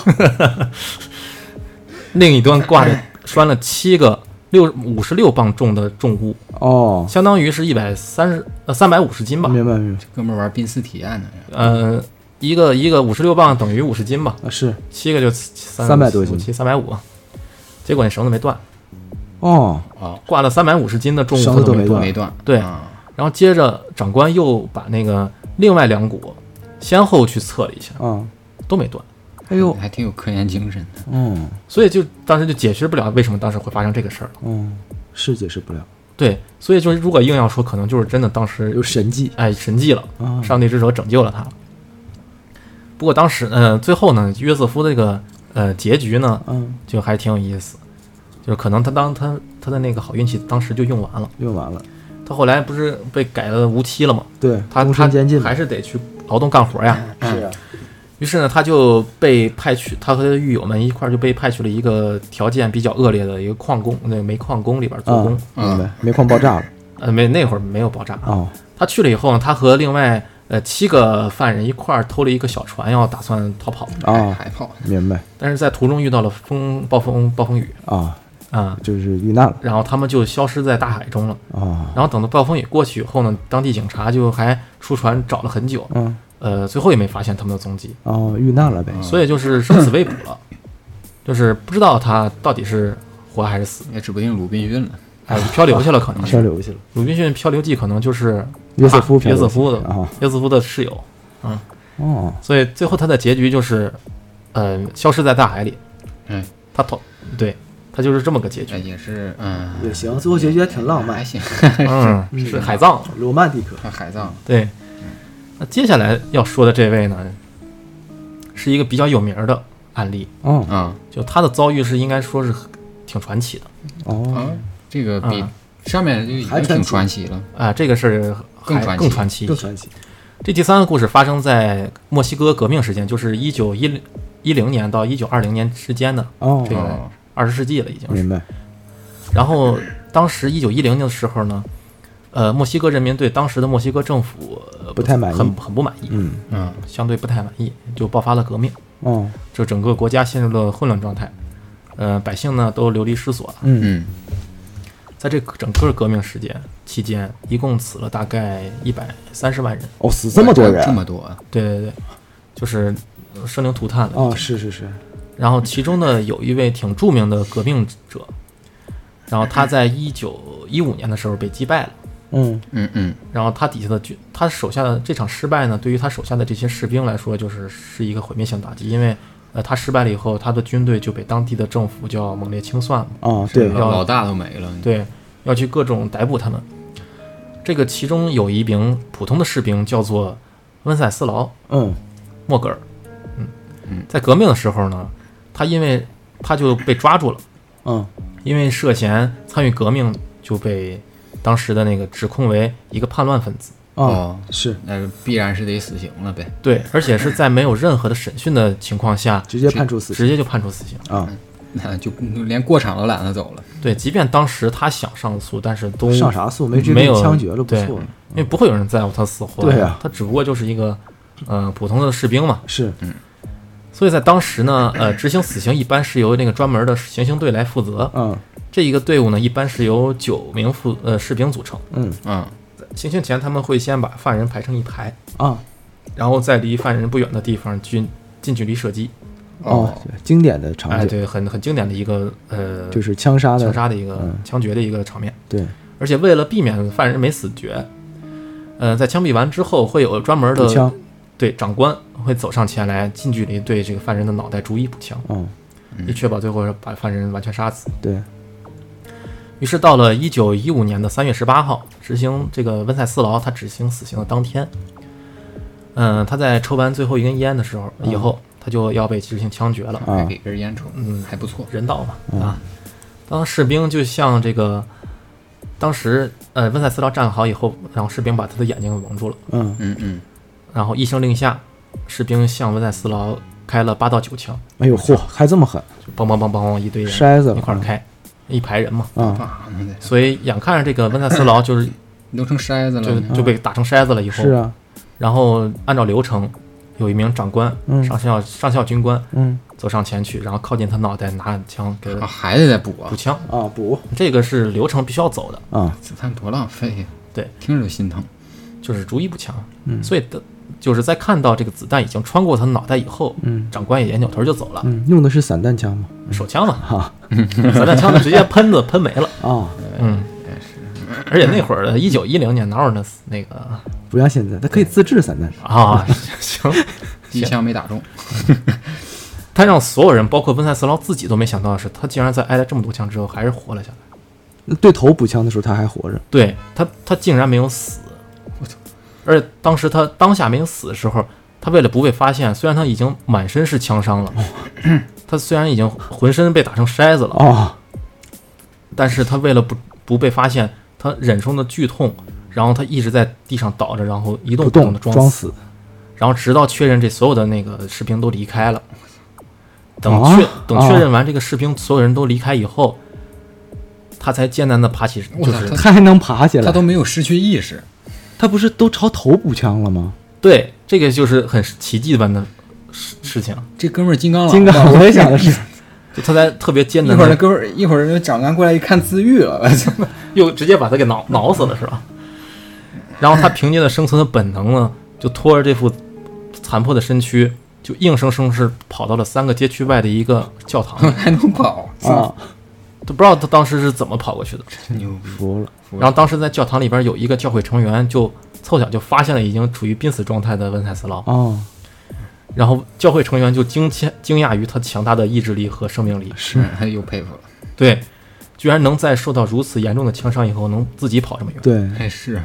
Speaker 1: 另一端挂着拴了七个六五十六磅重的重物，
Speaker 2: 哦，
Speaker 1: 相当于是一百三十呃三百五十斤吧，
Speaker 2: 明白明白
Speaker 3: 哥们儿玩濒死体验呢。
Speaker 1: 呃，一个一个五十六磅等于五十斤吧，
Speaker 2: 啊，是
Speaker 1: 七个就
Speaker 2: 300多斤
Speaker 1: 七三百五。啊结果那绳子没断，
Speaker 2: 哦，
Speaker 3: 哦，
Speaker 1: 挂了三百五十斤的重物
Speaker 2: 绳
Speaker 1: 它
Speaker 2: 子都
Speaker 1: 没
Speaker 2: 没
Speaker 1: 断。
Speaker 3: 没断。
Speaker 1: 对
Speaker 3: 啊
Speaker 1: 然后接着长官又把那个另外两股先后去测了一下，
Speaker 2: 啊，
Speaker 1: 都没断。
Speaker 2: 哎呦，
Speaker 3: 还挺有科研精神的。
Speaker 2: 嗯
Speaker 1: 所以就当时就解释不了为什么当时会发生这个事儿。
Speaker 2: 嗯，是解释不了，
Speaker 1: 对，所以就是如果硬要说，可能就是真的当时
Speaker 2: 有神迹
Speaker 1: 哎神迹了，
Speaker 2: 啊，
Speaker 1: 上帝之手拯救了他。不过当时呃最后呢，约瑟夫的这个呃结局呢，
Speaker 2: 嗯，
Speaker 1: 就还挺有意思。就是可能他当他他的那个好运气当时就用完了，
Speaker 2: 用完了，
Speaker 1: 他后来不是被改了无期了吗？
Speaker 2: 对，
Speaker 1: 他
Speaker 2: 终
Speaker 1: 他
Speaker 2: 身监禁嘛
Speaker 1: 还是得去劳动干活呀。
Speaker 2: 是啊，
Speaker 1: 于是呢，他就被派去，他和他的狱友们一块儿就被派去了一个条件比较恶劣的一个矿工，那个煤矿工里边做工
Speaker 2: 啊。，明白，煤矿爆炸了，
Speaker 1: 呃，没那会儿没有爆炸。
Speaker 2: 哦，
Speaker 1: 他去了以后呢，他和另外呃七个犯人一块儿偷了一个小船，要打算逃跑，
Speaker 2: 哦
Speaker 3: 海泡
Speaker 2: 明白，
Speaker 1: 但是在途中遇到了风暴风暴风雨
Speaker 2: 啊，
Speaker 1: 啊、
Speaker 2: 就是遇难了，
Speaker 1: 然后他们就消失在大海中了。
Speaker 2: 啊，
Speaker 1: 然后等到暴风雨过去以后呢，当地警察就还出船找了很久，
Speaker 2: 嗯，
Speaker 1: 呃，最后也没发现他们的踪迹，
Speaker 2: 哦，遇难了呗，
Speaker 1: 所以就是生死未卜了，就是不知道他到底是活还是死，
Speaker 3: 也指不定鲁滨逊了。
Speaker 1: 哎，漂流去了可能
Speaker 2: 漂
Speaker 1: 是。
Speaker 2: 流去了，
Speaker 1: 鲁滨逊漂流记可能就是
Speaker 2: 约瑟
Speaker 1: 嗯
Speaker 2: 夫
Speaker 1: 啊
Speaker 2: 漂
Speaker 1: 约
Speaker 2: 流
Speaker 1: 瑟
Speaker 2: 去
Speaker 1: 夫
Speaker 2: 了
Speaker 1: 的
Speaker 2: 啊，
Speaker 1: 约瑟夫的室友，
Speaker 2: 哦，
Speaker 1: 所以最后他的结局就是，呃，消失在大海里。
Speaker 3: 嗯，
Speaker 1: 他逃，对他就是这么个结
Speaker 3: 这
Speaker 1: 局。
Speaker 3: 也是，嗯，
Speaker 2: 也行，最后结局还挺浪
Speaker 3: 还，行，
Speaker 1: 嗯，
Speaker 2: 是
Speaker 1: 是海葬。
Speaker 2: 罗曼蒂克，
Speaker 3: 看海葬。
Speaker 1: 对，那接下来要说的这位呢，是一个比较有名儿的案例，
Speaker 2: 哦
Speaker 3: 啊
Speaker 1: 就他的遭遇是应该说是挺传奇的
Speaker 2: 哦，
Speaker 3: 啊，这个比
Speaker 1: 啊
Speaker 3: 上面就已经
Speaker 2: 还
Speaker 3: 挺
Speaker 2: 传奇
Speaker 3: 传奇了。
Speaker 1: 啊、这个事儿
Speaker 3: 更
Speaker 1: 还
Speaker 3: 传
Speaker 1: 更
Speaker 3: 奇
Speaker 1: 传奇一
Speaker 2: 更
Speaker 1: 些。
Speaker 2: 传奇，
Speaker 1: 这第三个故事发生在墨西哥革命时间，就是一九一零一零年到一九二零年之间的
Speaker 2: 哦
Speaker 1: 这，个
Speaker 3: 哦
Speaker 1: 二十世纪了，已经是。
Speaker 2: 明白，
Speaker 1: 然后当时一九一零年的时候呢，呃，墨西哥人民对当时的墨西哥政府、呃、
Speaker 2: 不太满意
Speaker 1: 很很不满意，
Speaker 2: 嗯，
Speaker 3: 嗯，
Speaker 1: 相对不太满意，就爆发了革命，
Speaker 2: 哦，
Speaker 1: 就整个国家陷入了混乱状态。呃，百姓呢都流离失所了。
Speaker 2: 嗯，
Speaker 3: 嗯，
Speaker 1: 在这整个革命时间期间，一共死了大概一百三十万人。
Speaker 2: 哦，死这么多人
Speaker 3: 这，么多啊，
Speaker 1: 对对对，就是呃生灵涂炭了。
Speaker 2: 哦，是是是，
Speaker 1: 然后其中呢有一位挺著名的革命者，然后他在一九一五年的时候被击败了。
Speaker 2: 嗯，
Speaker 3: 嗯嗯，
Speaker 1: 然后他底下的军，他手下的这场失败呢，对于他手下的这些士兵来说，就是是一个毁灭性打击，因为呃，他失败了以后，他的军队就被当地的政府就要猛烈清算嘛，
Speaker 2: 哦，
Speaker 3: 这
Speaker 2: 对，
Speaker 3: 老老大都没了，
Speaker 1: 对，要去各种逮捕他们。这个其中有一名普通的士兵叫做温塞斯劳·
Speaker 2: 嗯，
Speaker 1: 莫格尔，嗯
Speaker 3: 嗯，
Speaker 1: 在革命的时候呢，他因为他就被抓住了，
Speaker 2: 嗯，
Speaker 1: 因为涉嫌参与革命就被当时的那个指控为一个叛乱分子。
Speaker 2: 哦，
Speaker 1: 啊
Speaker 2: 是
Speaker 3: 那必然是得死刑了呗。
Speaker 1: 对，而且是在没有任何的审讯的情况下，
Speaker 2: 直接判处死
Speaker 1: 直
Speaker 2: 刑
Speaker 1: 接就判处死刑。
Speaker 2: 啊，
Speaker 3: 那就连过场都懒得走了。
Speaker 1: 对，即便当时他想上诉，但是都
Speaker 2: 上啥诉？没直
Speaker 1: 嗯没
Speaker 2: 接
Speaker 1: 有
Speaker 2: 枪决了，不
Speaker 1: 对
Speaker 2: 错了，
Speaker 1: 因为不会有人在乎他死活。
Speaker 2: 对啊
Speaker 1: 他只不过就是一个呃普通的士兵嘛。
Speaker 2: 是，
Speaker 1: 所以在当时呢，呃，执行死刑一般是由那个专门的行刑队来负责。
Speaker 2: 嗯
Speaker 1: 这一个队伍呢，一般是由九名副呃士兵组成。
Speaker 2: 嗯
Speaker 3: 嗯
Speaker 1: 行刑前，他们会先把犯人排成一排，
Speaker 2: 啊
Speaker 1: 然后在离犯人不远的地方近近距离射击。
Speaker 2: 哦，经典的场
Speaker 1: 哎，
Speaker 2: 景
Speaker 1: 对，很很经典的一个呃，
Speaker 2: 就是枪杀
Speaker 1: 枪
Speaker 2: 的，
Speaker 1: 杀的一个、
Speaker 2: 嗯
Speaker 1: 枪决的一个场面。
Speaker 2: 对，
Speaker 1: 而且为了避免犯人没死绝，呃，在枪毙完之后，会有专门
Speaker 2: 步
Speaker 1: 的
Speaker 2: 枪，
Speaker 1: 对长官会走上前来，近距离对这个犯人的脑袋逐一补枪，
Speaker 2: 嗯
Speaker 1: 以确保最后把犯人完全杀死。
Speaker 2: 对，
Speaker 1: 于是到了一九一五年的三月十八号，执行这个温塞斯劳他执行死刑的当天，嗯、他在抽完最后一根烟的时候以后，
Speaker 2: 嗯
Speaker 1: 他就要被执行枪决了。
Speaker 2: 啊
Speaker 3: 还给根烟抽，
Speaker 1: 嗯
Speaker 3: 还不错。
Speaker 1: 人道嘛
Speaker 2: 嗯
Speaker 1: 啊。当士兵就像这个，当时呃温塞斯劳站好以后，然后士兵把他的眼睛给蒙住了，
Speaker 2: 嗯
Speaker 3: 嗯嗯，
Speaker 1: 然后一声令下，士兵向温塞斯劳开了八到九枪，
Speaker 2: 哎呦嚯，开这么狠，
Speaker 1: 就梆梆梆梆一堆人
Speaker 2: 筛子
Speaker 1: 一
Speaker 2: 了
Speaker 1: 块儿开，一排人嘛，
Speaker 2: 啊，
Speaker 3: 爸妈的，
Speaker 1: 所以眼看着这个温塞斯劳就是
Speaker 3: 你都成筛子
Speaker 1: 就
Speaker 3: 了，
Speaker 1: 就被打成筛子了以后
Speaker 2: 是，啊，
Speaker 1: 然后按照流程，有一名长官
Speaker 2: 嗯
Speaker 1: 上校上校军官
Speaker 2: 嗯
Speaker 1: 走上前去，然后靠近他脑袋拿枪给
Speaker 3: 啊，
Speaker 1: 他
Speaker 3: 还得再补啊
Speaker 1: 补，枪，
Speaker 2: 啊补
Speaker 1: 这个是流程必须要走的。
Speaker 2: 啊
Speaker 3: 子弹多浪费呀。
Speaker 1: 对，
Speaker 3: 听着就心疼。
Speaker 1: 就是逐一步强。
Speaker 2: 嗯
Speaker 1: 所以的，就是在看到这个子弹已经穿过他脑袋以后，
Speaker 2: 嗯
Speaker 1: 长官也眼扭头就走了，
Speaker 2: 嗯，用的是散弹枪吗？
Speaker 1: 手枪嘛，
Speaker 2: 哈
Speaker 1: 散弹枪直接喷子喷没了。
Speaker 2: 啊，
Speaker 1: 嗯，而且那会儿的一九一零年哪有那那个
Speaker 2: 不像现在，它可以自制散弹枪，
Speaker 1: 啊？行，
Speaker 3: 第一枪没打中，
Speaker 1: 他让所有人，包括温塞斯劳自己都没想到的是，他竟然在挨了这么多枪之后还是活了下来。
Speaker 2: 那对头补枪的时候他还活着，
Speaker 1: 对他，他竟然没有死。
Speaker 3: 我操！
Speaker 1: 而且当时他当下没有死的时候，他为了不被发现，虽然他已经满身是枪伤了， 他虽然已经浑身被打成筛子了，
Speaker 2: 哦
Speaker 1: 但是他为了不不被发现，他忍受了剧痛，然后他一直在地上倒着，然后一动不
Speaker 2: 不
Speaker 1: 动的装
Speaker 2: 装
Speaker 1: 死，
Speaker 2: 死，
Speaker 1: 然后直到确认这所有的那个士兵都离开了，等
Speaker 2: 啊
Speaker 1: 确、等确
Speaker 2: 啊
Speaker 1: 认完这个士兵所有人都离开以后，他才艰难的爬起，
Speaker 3: 我
Speaker 1: 就
Speaker 3: 操
Speaker 1: 是
Speaker 3: 他
Speaker 2: 他还能爬起来，
Speaker 3: 他都没有失去意识。
Speaker 2: 他不是都朝头补枪了吗？
Speaker 1: 对这个就是很奇迹般的事事情，
Speaker 3: 这哥们儿金刚狼，
Speaker 2: 金刚，嗯我也想的是，
Speaker 1: 就他在特别艰
Speaker 3: 一
Speaker 1: 难
Speaker 3: 会儿那
Speaker 1: 的
Speaker 3: 哥们儿，一会儿那长官过来一看自愈了，我操！
Speaker 1: 又直接把他给挠挠死了是吧？然后他凭借着生存的本能呢，就拖着这副残破的身躯，就硬生生是跑到了三个街区外的一个教堂，
Speaker 3: 还能跑，操，
Speaker 2: 啊，
Speaker 1: 都不知道他当时是怎么跑过去的。
Speaker 3: 真牛逼！
Speaker 2: 服了，
Speaker 1: 然后当时在教堂里边有一个教会成员就凑巧就发现了已经处于濒死状态的温塞斯劳，
Speaker 2: 哦，
Speaker 1: 然后教会成员就惊奇惊讶于他强大的意志力和生命力，
Speaker 2: 是
Speaker 3: 嗯，还又佩服了，
Speaker 1: 对，居然能在受到如此严重的枪伤以后能自己跑这么远。
Speaker 2: 对，
Speaker 3: 哎是啊，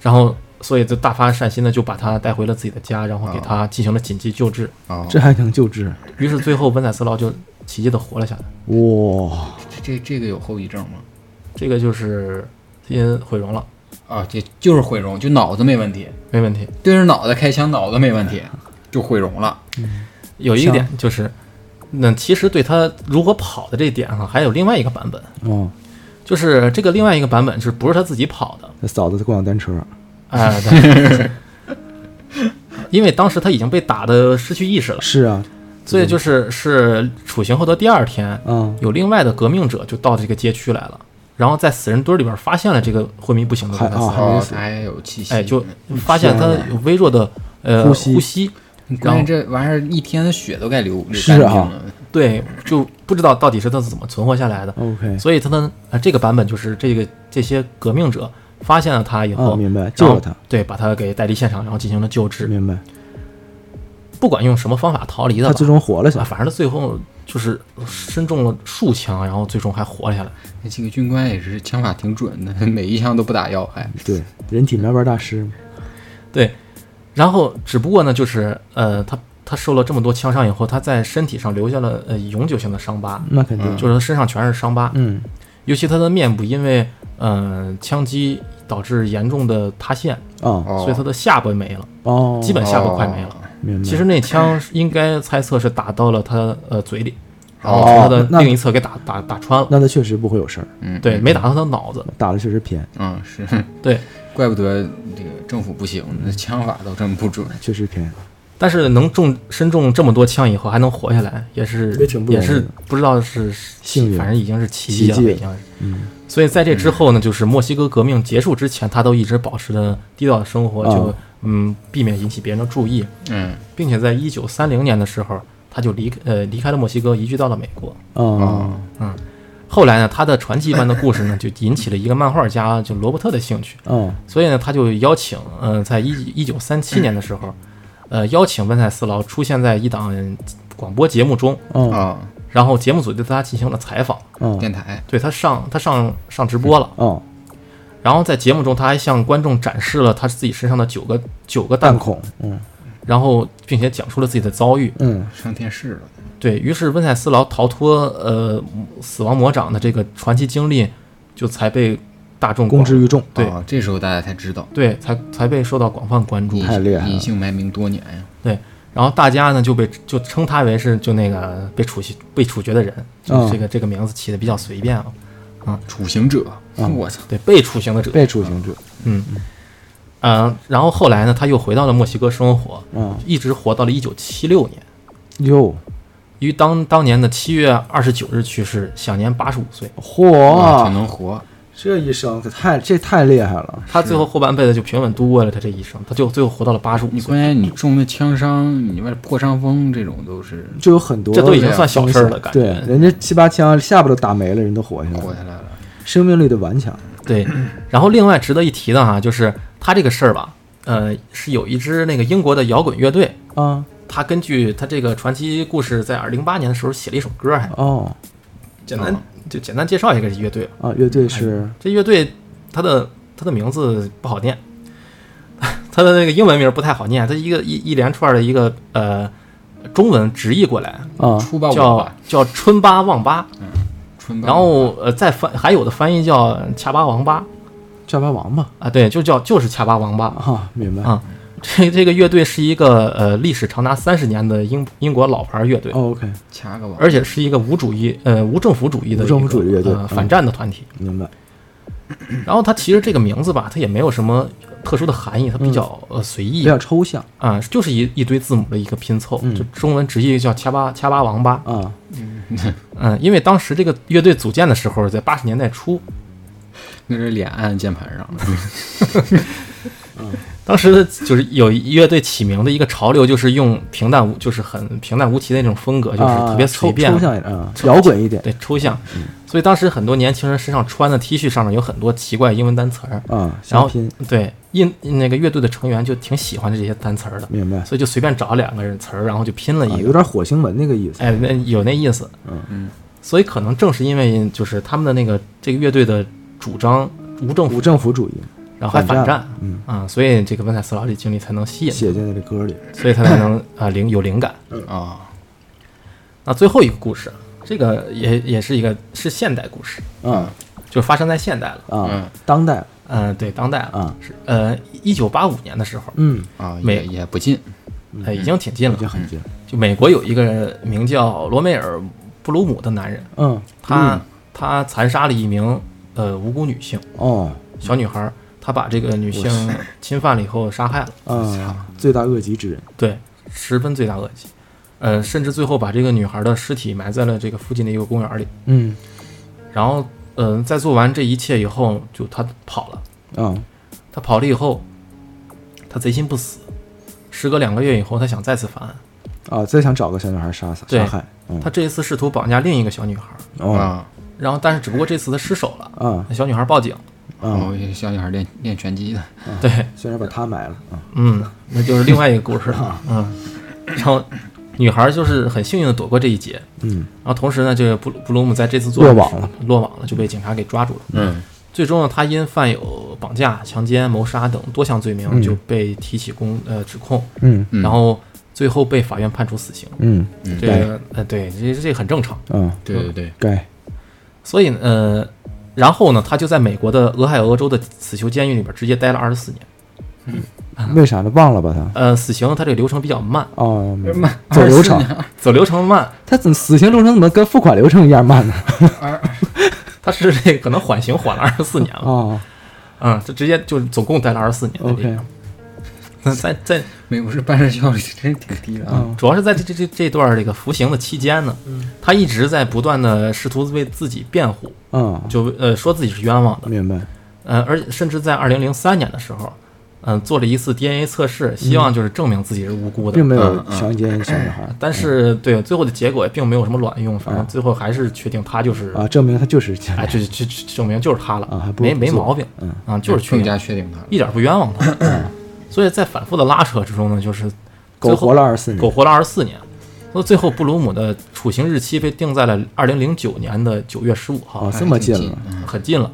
Speaker 1: 然后所以就大发善心的就把他带回了自己的家，然后给他进行了紧急救治。
Speaker 3: 哦，
Speaker 2: 这还能救治，
Speaker 1: 于是最后温塞斯劳就奇迹的活了下来。
Speaker 2: 哇，
Speaker 3: 这这这个有后遗症吗？
Speaker 1: 这个就是基因毁容了，
Speaker 3: 啊，这就是毁容，就脑子没问题，
Speaker 1: 没问题。
Speaker 3: 对着脑袋开枪，脑子没问题，就毁容了。
Speaker 1: 有一个点就是，那其实对他如何跑的这一点哈、还有另外一个版本，
Speaker 2: 哦，
Speaker 1: 就是这个另外一个版本就是不是他自己跑的，
Speaker 2: 他嫂子共享单车，
Speaker 1: 哎、对 因为当时他已经被打的失去意识了，
Speaker 2: 是啊，
Speaker 1: 所以就是是处刑后的第二天，
Speaker 2: 嗯，
Speaker 1: 有另外的革命者就到这个街区来了，然后在死人堆里边发现了这个昏迷不醒的
Speaker 2: 还
Speaker 1: 温塞斯劳，
Speaker 2: 啊还没
Speaker 3: 哦，
Speaker 2: 死
Speaker 3: 他还有气息，
Speaker 1: 哎，就发现他有微弱的呃
Speaker 2: 呼吸
Speaker 1: 然
Speaker 3: 关
Speaker 1: 后
Speaker 3: 键这玩意儿一天的血都该流流
Speaker 2: 是
Speaker 3: 干
Speaker 2: 啊
Speaker 3: 净了，
Speaker 1: 对，就不知道到底是他是怎么存活下来的。
Speaker 2: OK，
Speaker 1: 所以他的呃这个版本就是这个这些革命者发现了他以
Speaker 2: 啊，
Speaker 1: 后，
Speaker 2: 明白，
Speaker 1: 然
Speaker 2: 救
Speaker 1: 后
Speaker 2: 了他，
Speaker 1: 对，把他给带离现场，然后进行了救治。
Speaker 2: 明白，
Speaker 1: 不管用什么方法逃离的
Speaker 2: 他
Speaker 1: 吧，
Speaker 2: 最终活了下
Speaker 1: 啊，
Speaker 2: 来，
Speaker 1: 反正他最后就是身中了数枪，然后最终还活了下来。
Speaker 3: 那这个军官也是枪法挺准的，每一枪都不打要害。
Speaker 2: 对，人体描边大师嘛，
Speaker 1: 对，然后只不过呢，就是呃，他他受了这么多枪伤以后，他在身体上留下了呃永久性的伤疤，
Speaker 2: 那肯定，
Speaker 1: 就是他身上全是伤疤，
Speaker 2: 嗯，
Speaker 1: 尤其他的面部，因为呃枪击导致严重的塌陷，
Speaker 2: 啊，
Speaker 3: 哦，
Speaker 1: 所以他的下巴没了，
Speaker 2: 哦，
Speaker 1: 基本下巴快没了。
Speaker 3: 哦
Speaker 2: 明白，
Speaker 1: 其实那枪是应该猜测是打到了他呃嘴里，然后
Speaker 3: 哦
Speaker 1: 从他的
Speaker 2: 那
Speaker 1: 另一侧给打打打穿了，
Speaker 2: 那他确实不会有事儿，
Speaker 3: 嗯，
Speaker 1: 对，没打到他的脑子，
Speaker 2: 打的确实偏，
Speaker 3: 嗯是，
Speaker 1: 对，
Speaker 3: 怪不得这个政府不行，那枪法都这么不准。
Speaker 2: 确实偏，
Speaker 1: 但是能中身中这么多枪以后还能活下来，也是
Speaker 4: 也挺不
Speaker 1: 也
Speaker 4: 容易的
Speaker 1: 是不知道是
Speaker 2: 幸运
Speaker 1: 反正已经是奇迹了，
Speaker 2: 奇迹
Speaker 1: 已经是。
Speaker 2: 嗯，
Speaker 1: 所以在这之后呢，就是墨西哥革命结束之前，他都一直保持着低调的生活，
Speaker 2: 啊
Speaker 1: 就嗯避免引起别人的注意，
Speaker 3: 嗯，
Speaker 1: 并且在一九三零年的时候，他就离呃离开了墨西哥，移居到了美国。
Speaker 2: 哦，
Speaker 3: 哦，
Speaker 1: 后来呢，他的传奇般的故事呢，就引起了一个漫画家就罗伯特的兴趣，
Speaker 2: 哦，
Speaker 1: 所以呢，他就邀请，呃，在一一九三七年的时候，呃，邀请温塞斯劳出现在一档广播节目中，
Speaker 2: 哦，
Speaker 3: 哦，
Speaker 1: 然后节目组对他进行了采访，
Speaker 2: 哦，
Speaker 3: 电台，
Speaker 1: 对他上他上上直播了，
Speaker 2: 哦，
Speaker 1: 然后在节目中他还向观众展示了他自己身上的九个九个弹
Speaker 2: 弹
Speaker 1: 孔，
Speaker 2: 孔，嗯
Speaker 1: 然后并且讲述了自己的遭遇。
Speaker 2: 嗯，
Speaker 3: 上电视了，
Speaker 1: 对于是温塞斯劳逃脱呃死亡魔掌的这个传奇经历，就才被大众
Speaker 2: 公
Speaker 1: 广
Speaker 2: 之于众，
Speaker 1: 对
Speaker 3: 哦，这时候大家才知道，
Speaker 1: 对才才被受到广泛关注
Speaker 3: 隐。
Speaker 2: 太厉害了
Speaker 3: 隐姓埋名多年啊呀，
Speaker 1: 然后大家呢就被就称他为是就那个被处刑被处决的人，就
Speaker 2: 嗯
Speaker 1: 是这个、这个名字起的比较随便啊。
Speaker 3: 处刑者，
Speaker 2: 嗯
Speaker 3: 我操，
Speaker 1: 对，被处刑的者，
Speaker 2: 被处刑者，
Speaker 1: 嗯嗯、呃然后后来呢，他又回到了墨西哥生活，
Speaker 2: 嗯，
Speaker 1: 一直活到了一九七六年，
Speaker 2: 哟，
Speaker 1: 于当当年的七月二十九日去世，享年八十五岁。
Speaker 2: 哦
Speaker 3: 哇挺
Speaker 2: 嚯，
Speaker 3: 能活，
Speaker 2: 这一生可太这太厉害了，
Speaker 1: 他最后后半辈子就平稳度过了他这一生，他就最后活到了八十五
Speaker 3: 你
Speaker 1: 岁，
Speaker 3: 关键你中的枪伤，你外破伤风这种都是
Speaker 2: 就有很多
Speaker 1: 这都已
Speaker 3: 对
Speaker 1: 经
Speaker 3: 啊
Speaker 1: 算小事儿了，感
Speaker 2: 对
Speaker 1: 觉，。
Speaker 2: 人家七八枪下巴都打没了，人都活下来
Speaker 3: 活
Speaker 2: 了，
Speaker 3: 下来了，
Speaker 2: 生命力的顽强，
Speaker 1: 对，然后另外值得一提的哈、就是他这个事儿吧，呃，是有一支那个英国的摇滚乐队，
Speaker 2: 啊，
Speaker 1: 他根据他这个传奇故事，在二零八年的时候写了一首歌，还
Speaker 2: 哦，
Speaker 1: 简单就简单介绍一下这乐队吧。
Speaker 2: 啊，乐队是
Speaker 1: 这乐队它的它的名字不好念， 它的那个英文名不太好念，它一个一一连串的一个呃中文直译过来
Speaker 2: 啊，
Speaker 3: 出吧我
Speaker 1: 叫
Speaker 3: 吧，嗯
Speaker 1: 叫春巴旺巴，
Speaker 3: 春吧，
Speaker 1: 然后呃再翻还有的翻译叫恰巴王八
Speaker 2: 叫巴王吧，
Speaker 1: 啊，对，就叫就是恰巴王八。
Speaker 2: 啊，明白
Speaker 1: 啊这这个乐队是一个呃历史长达三十年的英英国老牌乐队。
Speaker 2: 哦，OK，
Speaker 3: 掐个网，
Speaker 1: 而且是一个无主义、呃无政府主义的
Speaker 2: 无政府
Speaker 1: 一个
Speaker 2: 主义乐队
Speaker 1: 呃
Speaker 2: 嗯
Speaker 1: 反战的团体。
Speaker 2: 明白，
Speaker 1: 然后它其实这个名字吧，它也没有什么特殊的含义，它
Speaker 2: 嗯
Speaker 1: 比较、呃随
Speaker 2: 比
Speaker 1: 意
Speaker 2: 较抽象
Speaker 1: 啊、就是一一堆字母的一个拼凑，
Speaker 2: 嗯
Speaker 1: 就中文直译叫掐巴掐巴王八。
Speaker 2: 啊，
Speaker 1: 嗯，因为当时这个乐队组建的时候，在八十年代初，
Speaker 3: 那是脸按键盘上
Speaker 2: 嗯
Speaker 3: 了，
Speaker 1: 当时的就是有一乐队起名的一个潮流，就是用平淡无，就是很平淡无奇的那种风格，就是特别
Speaker 2: 啊
Speaker 1: 随
Speaker 2: 抽
Speaker 1: 便，
Speaker 2: 抽象嗯一点啊，摇滚一点
Speaker 1: 对抽象。所以当时很多年轻人身上穿的 T 恤上面有很多奇怪英文单词儿，
Speaker 2: 啊，
Speaker 1: 然
Speaker 2: 相
Speaker 1: 后
Speaker 2: 拼，
Speaker 1: 对印那个乐队的成员就挺喜欢这些单词儿的，
Speaker 2: 明白，
Speaker 1: 所以就随便找两个人词儿，然后就拼了
Speaker 2: 啊，
Speaker 1: 一个。
Speaker 2: 有点火星文那个意思，
Speaker 1: 哎，那有那意思。
Speaker 2: 嗯
Speaker 3: 嗯。
Speaker 1: 所以可能正是因为就是他们的那个这个乐队的主张无政
Speaker 2: 无
Speaker 1: 府，
Speaker 2: 政府主义，
Speaker 1: 然后还反战
Speaker 2: 战，嗯，
Speaker 1: 啊、所以这个温塞斯劳这经历才能吸引，
Speaker 2: 写进了这歌里，
Speaker 1: 所以他才能啊灵、有灵感。
Speaker 3: 啊，
Speaker 1: 那最后一个故事，这个也也是一个是现代故事，
Speaker 2: 啊
Speaker 1: 就是发生在现代了，
Speaker 2: 啊
Speaker 3: 嗯，
Speaker 2: 当代
Speaker 1: 嗯、对，当代了，
Speaker 2: 啊，
Speaker 1: 是呃一九八五年的时候，
Speaker 2: 嗯，
Speaker 3: 啊，
Speaker 1: 美
Speaker 3: 也也不近，
Speaker 1: 呃已经挺近了
Speaker 2: 已，经很近，
Speaker 1: 就美国有一个名叫罗梅尔布鲁姆的男人，
Speaker 2: 嗯，
Speaker 1: 他、他残杀了一名呃无辜女性。
Speaker 2: 哦，
Speaker 1: 小女孩儿，她把这个女性
Speaker 3: 我
Speaker 1: 侵犯了以后杀害了，
Speaker 2: 啊，罪大恶极之人，
Speaker 1: 对，十分罪大恶极。呃，甚至最后把这个女孩的尸体埋在了这个附近的一个公园里。
Speaker 2: 嗯，
Speaker 1: 然后，嗯、在做完这一切以后，就她跑了。
Speaker 2: 啊，
Speaker 1: 她跑了以后，她贼心不死。时隔两个月以后，她想再次犯案。
Speaker 2: 啊，再想找个小女孩杀死
Speaker 1: 对
Speaker 2: 杀害，嗯
Speaker 1: 她，这一次试图绑架另一个小女孩儿，
Speaker 2: 哦，
Speaker 3: 啊，
Speaker 1: 然后但是只不过这次她失手了，
Speaker 2: 啊
Speaker 1: 那小女孩报警。
Speaker 2: 啊，
Speaker 3: 哦，小女孩练练拳击的，
Speaker 1: 对，
Speaker 2: 虽然把他埋了，啊，
Speaker 1: 嗯，那就是另外一个故事了。嗯，然后女孩儿就是很幸运的躲过这一劫。
Speaker 2: 嗯，
Speaker 1: 然后同时呢，这个布鲁布鲁姆在这次作案
Speaker 2: 落网了，
Speaker 1: 落网了就被警察给抓住了。
Speaker 3: 嗯，
Speaker 1: 最终呢，他因犯有绑架、强奸、谋杀等多项罪名
Speaker 2: 嗯
Speaker 1: 就被提起公呃指控，
Speaker 2: 嗯
Speaker 3: 嗯
Speaker 1: 然后最后被法院判处死刑。
Speaker 2: 嗯
Speaker 1: 这个呃对，这这很正常。
Speaker 2: 嗯，
Speaker 3: 对对对，
Speaker 2: 该，
Speaker 1: 所以呃，然后呢，他就在美国的俄亥俄州的死囚监狱里边直接待了二十四年。
Speaker 2: 为啥呢？忘了吧他。
Speaker 1: 呃，死刑它这个流程比较慢，
Speaker 2: 哦，
Speaker 1: 嗯
Speaker 2: 明白
Speaker 3: 二
Speaker 2: 走
Speaker 3: 十
Speaker 2: 流
Speaker 3: 四
Speaker 2: 程，
Speaker 3: 年
Speaker 1: 走流程慢，
Speaker 2: 他怎么死刑流程怎么跟付款流程一样慢呢？
Speaker 3: 二
Speaker 1: 它是这个可能缓刑缓了二十四年了。
Speaker 2: 哦
Speaker 1: 嗯，他直接就是总共待了二十四年在这里。
Speaker 2: ，OK，
Speaker 1: 那在在
Speaker 3: 美国是办事效率真是挺低的啊。
Speaker 2: 嗯，
Speaker 1: 主要是在这这这这段这个服刑的期间呢，他一直在不断的试图为自己辩护，
Speaker 2: 嗯，
Speaker 1: 就呃说自己是冤枉的，
Speaker 2: 明白，
Speaker 1: 呃，而甚至在二零零三年的时候，嗯、做了一次 DNA 测试，希望就是证明自己是无辜的。
Speaker 2: 嗯并没
Speaker 3: 嗯
Speaker 2: 有
Speaker 3: 嗯
Speaker 2: 强奸小女孩
Speaker 1: 但是对最后的结果也并没有什么卵用，反正
Speaker 2: 嗯
Speaker 1: 最后还是确定他就是，
Speaker 2: 啊，证明她就是强
Speaker 1: 哎，
Speaker 2: 奸，
Speaker 1: 就就就证明就是他了，
Speaker 2: 啊还不
Speaker 1: 没
Speaker 2: 不
Speaker 1: 没
Speaker 2: 错
Speaker 1: 毛病，
Speaker 2: 嗯
Speaker 1: 啊，就是确
Speaker 3: 更
Speaker 1: 定，
Speaker 3: 加确定他了。
Speaker 1: 一点不冤枉他。 所以在反复的拉扯之中呢，就是最
Speaker 2: 狗
Speaker 1: 后
Speaker 2: 活了二十四
Speaker 1: 苟
Speaker 2: 年，
Speaker 1: 活了二十四年。那最后，布鲁姆的处刑日期被定在了二零零九年的九月十五号
Speaker 2: 啊，，
Speaker 3: 还
Speaker 2: 这么
Speaker 3: 挺
Speaker 2: 近了
Speaker 3: 嗯
Speaker 1: 很近了。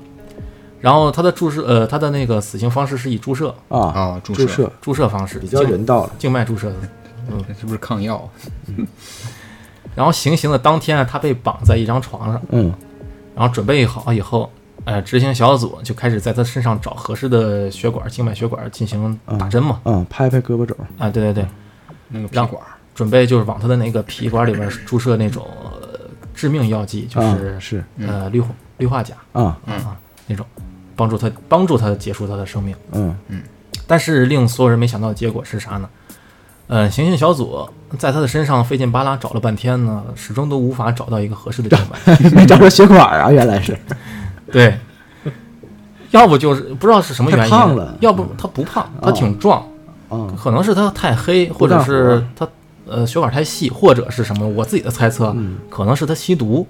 Speaker 1: 然后他的注射，呃，他的那个死刑方式是以注射，
Speaker 2: 啊，
Speaker 3: 啊，注
Speaker 2: 注射
Speaker 1: 注射方式，
Speaker 2: 比较
Speaker 1: 静
Speaker 2: 人道了，
Speaker 1: 静脉注射的。
Speaker 3: 这嗯是不是抗药？
Speaker 1: 然后行刑的当天啊，他被绑在一张床上，
Speaker 2: 嗯
Speaker 1: 然后准备好以后，呃，执行小组就开始在他身上找合适的血管、静脉血管进行打针嘛。
Speaker 2: 嗯，拍拍胳膊肘，
Speaker 1: 啊，对对对，
Speaker 3: 那个屁
Speaker 1: 让
Speaker 3: 管儿，
Speaker 1: 准备就是往他的那个皮管里边注射那种呃致命药剂，就
Speaker 2: 啊
Speaker 1: 是
Speaker 2: 是
Speaker 1: 呃氯化氯化钾
Speaker 2: 啊，
Speaker 1: 啊那种，帮助他帮助他结束他的生命。
Speaker 2: 嗯
Speaker 1: 但是令所有人没想到的结果是啥呢？呃，行刑小组在他的身上费劲巴拉找了半天呢，始终都无法找到一个合适的地 方。
Speaker 2: 没找着血管啊，原 来是，
Speaker 1: 对，要不就是不知道是什么原因，
Speaker 2: 太胖了
Speaker 1: 要不他不胖，他挺壮，
Speaker 2: 啊
Speaker 1: 可能是他太黑，或者
Speaker 2: 干
Speaker 1: 是
Speaker 2: 活
Speaker 1: 他呃血管太细，或者是什么，我自己的猜测，可能是他吸毒。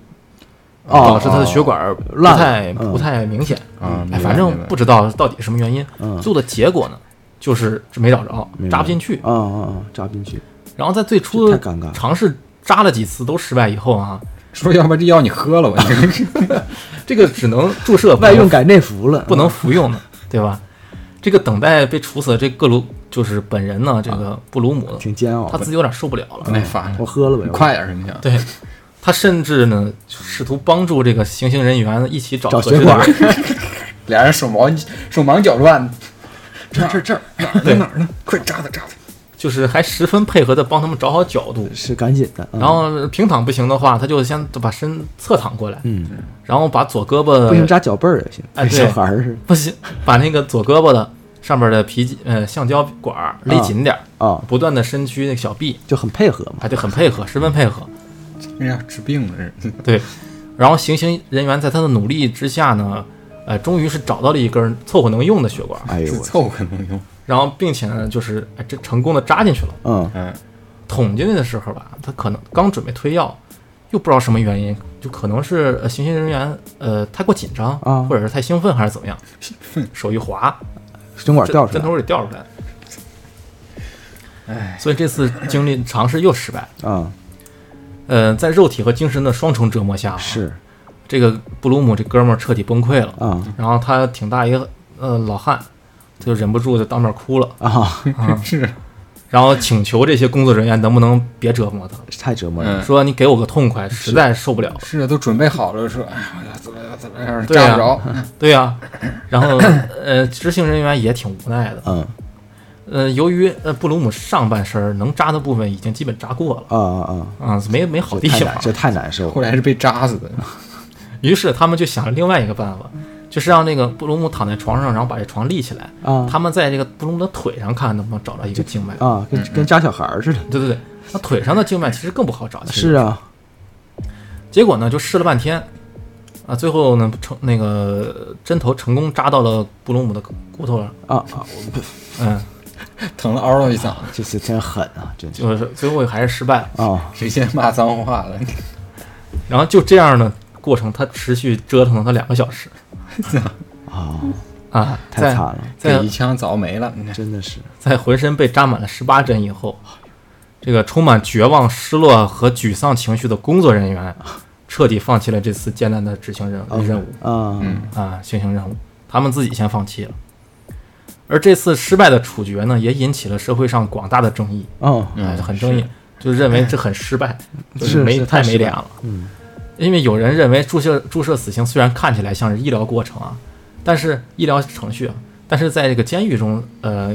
Speaker 1: 导
Speaker 2: 嗯哦
Speaker 1: 致他的血管儿不
Speaker 2: 烂
Speaker 1: 太
Speaker 2: 嗯
Speaker 1: 不太明显
Speaker 3: 啊明白
Speaker 1: 哎，反正
Speaker 3: 明白
Speaker 1: 不知道到底什么原因，
Speaker 2: 嗯
Speaker 1: 最后的结果呢，就是没找着，
Speaker 2: 明白
Speaker 1: 扎不进去
Speaker 2: 啊。啊啊，扎不进去，
Speaker 1: 然后在最初
Speaker 2: 这太尴尬了
Speaker 1: 尝试扎了几次都失败以后啊，
Speaker 3: 说要不然这药你喝了吧？你这是
Speaker 1: 这个只能注射
Speaker 2: 外用改内服了，
Speaker 1: 不能服用的，对吧？这个等待被处死的这各鲁就是本人呢，这个布鲁姆，
Speaker 2: 嗯挺煎熬
Speaker 1: 他
Speaker 2: 的，
Speaker 1: 自己有点受不了了。
Speaker 3: 耐烦
Speaker 2: 我
Speaker 3: 了，
Speaker 2: 喝了呗，
Speaker 3: 你快点儿行不行？
Speaker 1: 对，他甚至呢试图帮助这个行刑人员一起找
Speaker 2: 找
Speaker 1: 合适
Speaker 2: 血
Speaker 1: 的
Speaker 2: 管
Speaker 1: 人，
Speaker 3: 俩人手忙手忙脚乱，这儿这儿这儿哪儿
Speaker 1: 对
Speaker 3: 呢哪儿呢？快扎他扎他！
Speaker 1: 就是还十分配合的帮他们找好角度。
Speaker 2: 是赶紧的，嗯
Speaker 1: 然后平躺不行的话，他就先把身侧躺过来，
Speaker 2: 嗯，
Speaker 1: 然后把左胳膊
Speaker 2: 不行扎脚背儿也行，
Speaker 1: 哎
Speaker 2: 跟
Speaker 1: 对
Speaker 2: 小孩儿是
Speaker 1: 不行，把那个左胳膊的上面的皮呃橡胶管儿勒紧点儿，
Speaker 2: 啊，
Speaker 1: 不断的伸屈那个小臂，
Speaker 2: 就很配合嘛，
Speaker 1: 哎，对，很配合，十分配合，
Speaker 3: 人家治病呢，这是
Speaker 1: 对。然后行刑人员在他的努力之下呢，呃，终于是找到了一根凑合能用的血管，
Speaker 2: 哎呦
Speaker 3: 是
Speaker 2: 我去，
Speaker 3: 凑合能用。
Speaker 1: 然后并且呢，就是哎，这成功的扎进去了。
Speaker 2: 嗯
Speaker 3: 嗯，
Speaker 1: 捅进去的时候吧，他可能刚准备推药，又不知道什么原因，就可能是呃行刑人员呃太过紧张
Speaker 2: 啊
Speaker 1: 或者是太兴奋还是怎么样，手一滑，
Speaker 2: 针管掉出
Speaker 1: 针
Speaker 2: 来
Speaker 1: 头给掉出来了。
Speaker 3: 哎，
Speaker 1: 所以这次经历尝试又失败。
Speaker 2: 啊，
Speaker 1: 呃，在肉体和精神的双重折磨下啊，
Speaker 2: 是
Speaker 1: 这个布鲁姆这哥们儿彻底崩溃了。
Speaker 2: 啊
Speaker 1: 然后他挺大一个呃老汉，他就忍不住就当面哭了，
Speaker 2: 啊，
Speaker 3: 是
Speaker 1: 然后请求这些工作人员能不能别折磨他，
Speaker 2: 太折磨人了，
Speaker 3: 嗯
Speaker 1: 说你给我个痛快，实在受不了了。
Speaker 3: 是啊，都准备好了，说哎呀，我要怎么样怎么样，
Speaker 1: 对啊
Speaker 3: 扎不着。嗯
Speaker 1: 对 呀、然后呃，执行人员也挺无奈的。
Speaker 2: 嗯
Speaker 1: 呃，由于呃布鲁姆上半身儿能扎的部分已经基本扎过了
Speaker 2: 啊啊啊，
Speaker 1: 啊、没没好地
Speaker 2: 这太
Speaker 1: 方
Speaker 2: 难，，这太难受
Speaker 3: 后
Speaker 2: 了，
Speaker 3: 来是被扎死的，
Speaker 1: 于是他们就想了另外一个办法，就是让那个布鲁姆躺在床上，然后把这床立起来，
Speaker 2: 啊
Speaker 1: 他们在这个布鲁姆的腿上看能不能找到一个静脉。
Speaker 2: 啊，跟
Speaker 1: 嗯
Speaker 2: 跟扎小孩儿似的，
Speaker 1: 对对对，那腿上的静脉其实更不好找。其实
Speaker 2: 是啊，
Speaker 1: 结果呢，就试了半天，啊，最后呢成那个针头成功扎到了布鲁姆的骨头上，
Speaker 2: 啊啊，
Speaker 1: 嗯，
Speaker 3: 疼了嗷了一嗓子，
Speaker 2: 这这真狠啊，真是
Speaker 1: 就是最后还是失败了。
Speaker 2: 啊，
Speaker 3: 谁先骂脏话了？
Speaker 1: 然后就这样呢，过程他持续折腾了他两个小时
Speaker 2: 啊，
Speaker 1: 啊，
Speaker 2: 太
Speaker 1: 在
Speaker 2: 惨了，
Speaker 3: 这
Speaker 1: 在
Speaker 3: 一枪早没了，你看
Speaker 2: 真的是
Speaker 1: 在浑身被扎满了十八针以后，这个充满绝望、失落和沮丧情绪的工作人员，彻底放弃了这次艰难的执行任务哦任务
Speaker 2: 啊，
Speaker 3: 嗯
Speaker 1: 啊，行刑任务，他们自己先放弃了。而这次失败的处决呢，也引起了社会上广大的争议，
Speaker 2: 哦，
Speaker 1: 哎，
Speaker 3: 嗯，
Speaker 1: 很争议，就认为这很失败，
Speaker 2: 是
Speaker 1: 没
Speaker 2: 是
Speaker 1: 太
Speaker 2: 太
Speaker 1: 没
Speaker 2: 失败嗯
Speaker 1: 脸了。因为有人认为注射注射死刑虽然看起来像是医疗过程啊，但是医疗程序啊，但是在这个监狱中，呃，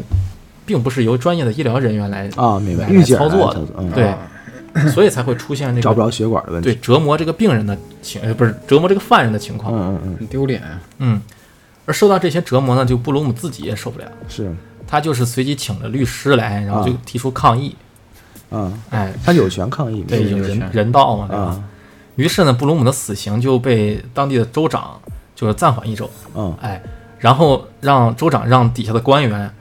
Speaker 1: 并不是由专业的医疗人员来，
Speaker 2: 啊，明白，
Speaker 1: 来
Speaker 2: 御姐
Speaker 1: 操作的
Speaker 2: 的，嗯
Speaker 1: 对
Speaker 3: 啊
Speaker 1: 所以才会出现这
Speaker 2: 找不
Speaker 1: 个
Speaker 2: 着血管的问
Speaker 1: 对
Speaker 2: 题，
Speaker 1: 折磨这个病人的情，呃，不是折磨这个犯人的情况。
Speaker 2: 嗯嗯
Speaker 3: 很丢脸啊。
Speaker 1: 嗯，而受到这些折磨呢，就布鲁姆自己也受不了，
Speaker 2: 嗯，是
Speaker 1: 他就是随机请了律师来，然后就提出抗议，
Speaker 2: 啊，
Speaker 1: 哎，
Speaker 2: 他有权抗议嘛？
Speaker 1: 对，
Speaker 3: 是
Speaker 1: 有
Speaker 3: 有
Speaker 1: 人
Speaker 3: 权
Speaker 1: 人道嘛，对吧？
Speaker 2: 啊，
Speaker 1: 于是呢，布鲁姆的死刑就被当地的州长就是暂缓一周，
Speaker 2: 嗯
Speaker 1: 哎，然后让州长让底下的官员，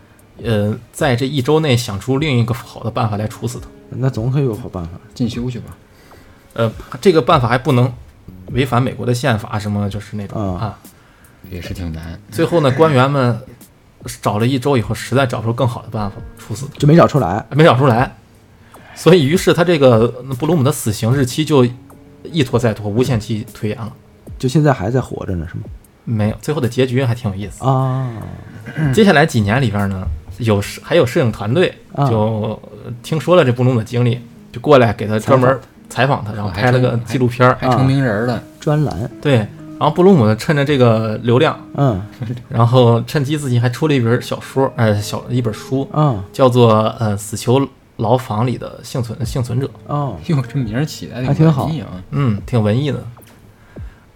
Speaker 1: 呃，在这一周内想出另一个好的办法来处死他。
Speaker 2: 嗯那总会有好办法。
Speaker 3: 进修去吧。
Speaker 1: 呃，这个办法还不能违反美国的宪法什么，就是那种
Speaker 2: 嗯
Speaker 1: 啊。
Speaker 3: 也是挺难，
Speaker 1: 最后呢，官员们找了一周以后，实在找不出更好的办法处死
Speaker 2: 就没找出来。
Speaker 1: 他，没找出来，所以于是他这个布鲁姆的死刑日期就一拖再拖，无限期推延了。
Speaker 2: 就现在还在活着呢，是吗？
Speaker 1: 没有，最后的结局还挺有意思。
Speaker 2: 啊，
Speaker 1: 接下来几年里边呢，有摄还有摄影团队
Speaker 2: 啊
Speaker 1: 就呃听说了这布鲁姆的经历，就过来给他专门采访他，然后拍了个纪录片儿。
Speaker 3: 还成名人了，
Speaker 2: 专栏，
Speaker 1: 对，然后布鲁姆呢趁着这个流量，
Speaker 2: 嗯
Speaker 1: 然后趁机自己还出了一本小说，呃，小一本书
Speaker 2: 啊
Speaker 1: 叫做《呃死囚牢房里的幸存幸存者》，
Speaker 2: 哦，
Speaker 3: 哟，这名儿起的
Speaker 2: 还挺好
Speaker 3: 啊。
Speaker 1: 嗯，挺文艺的。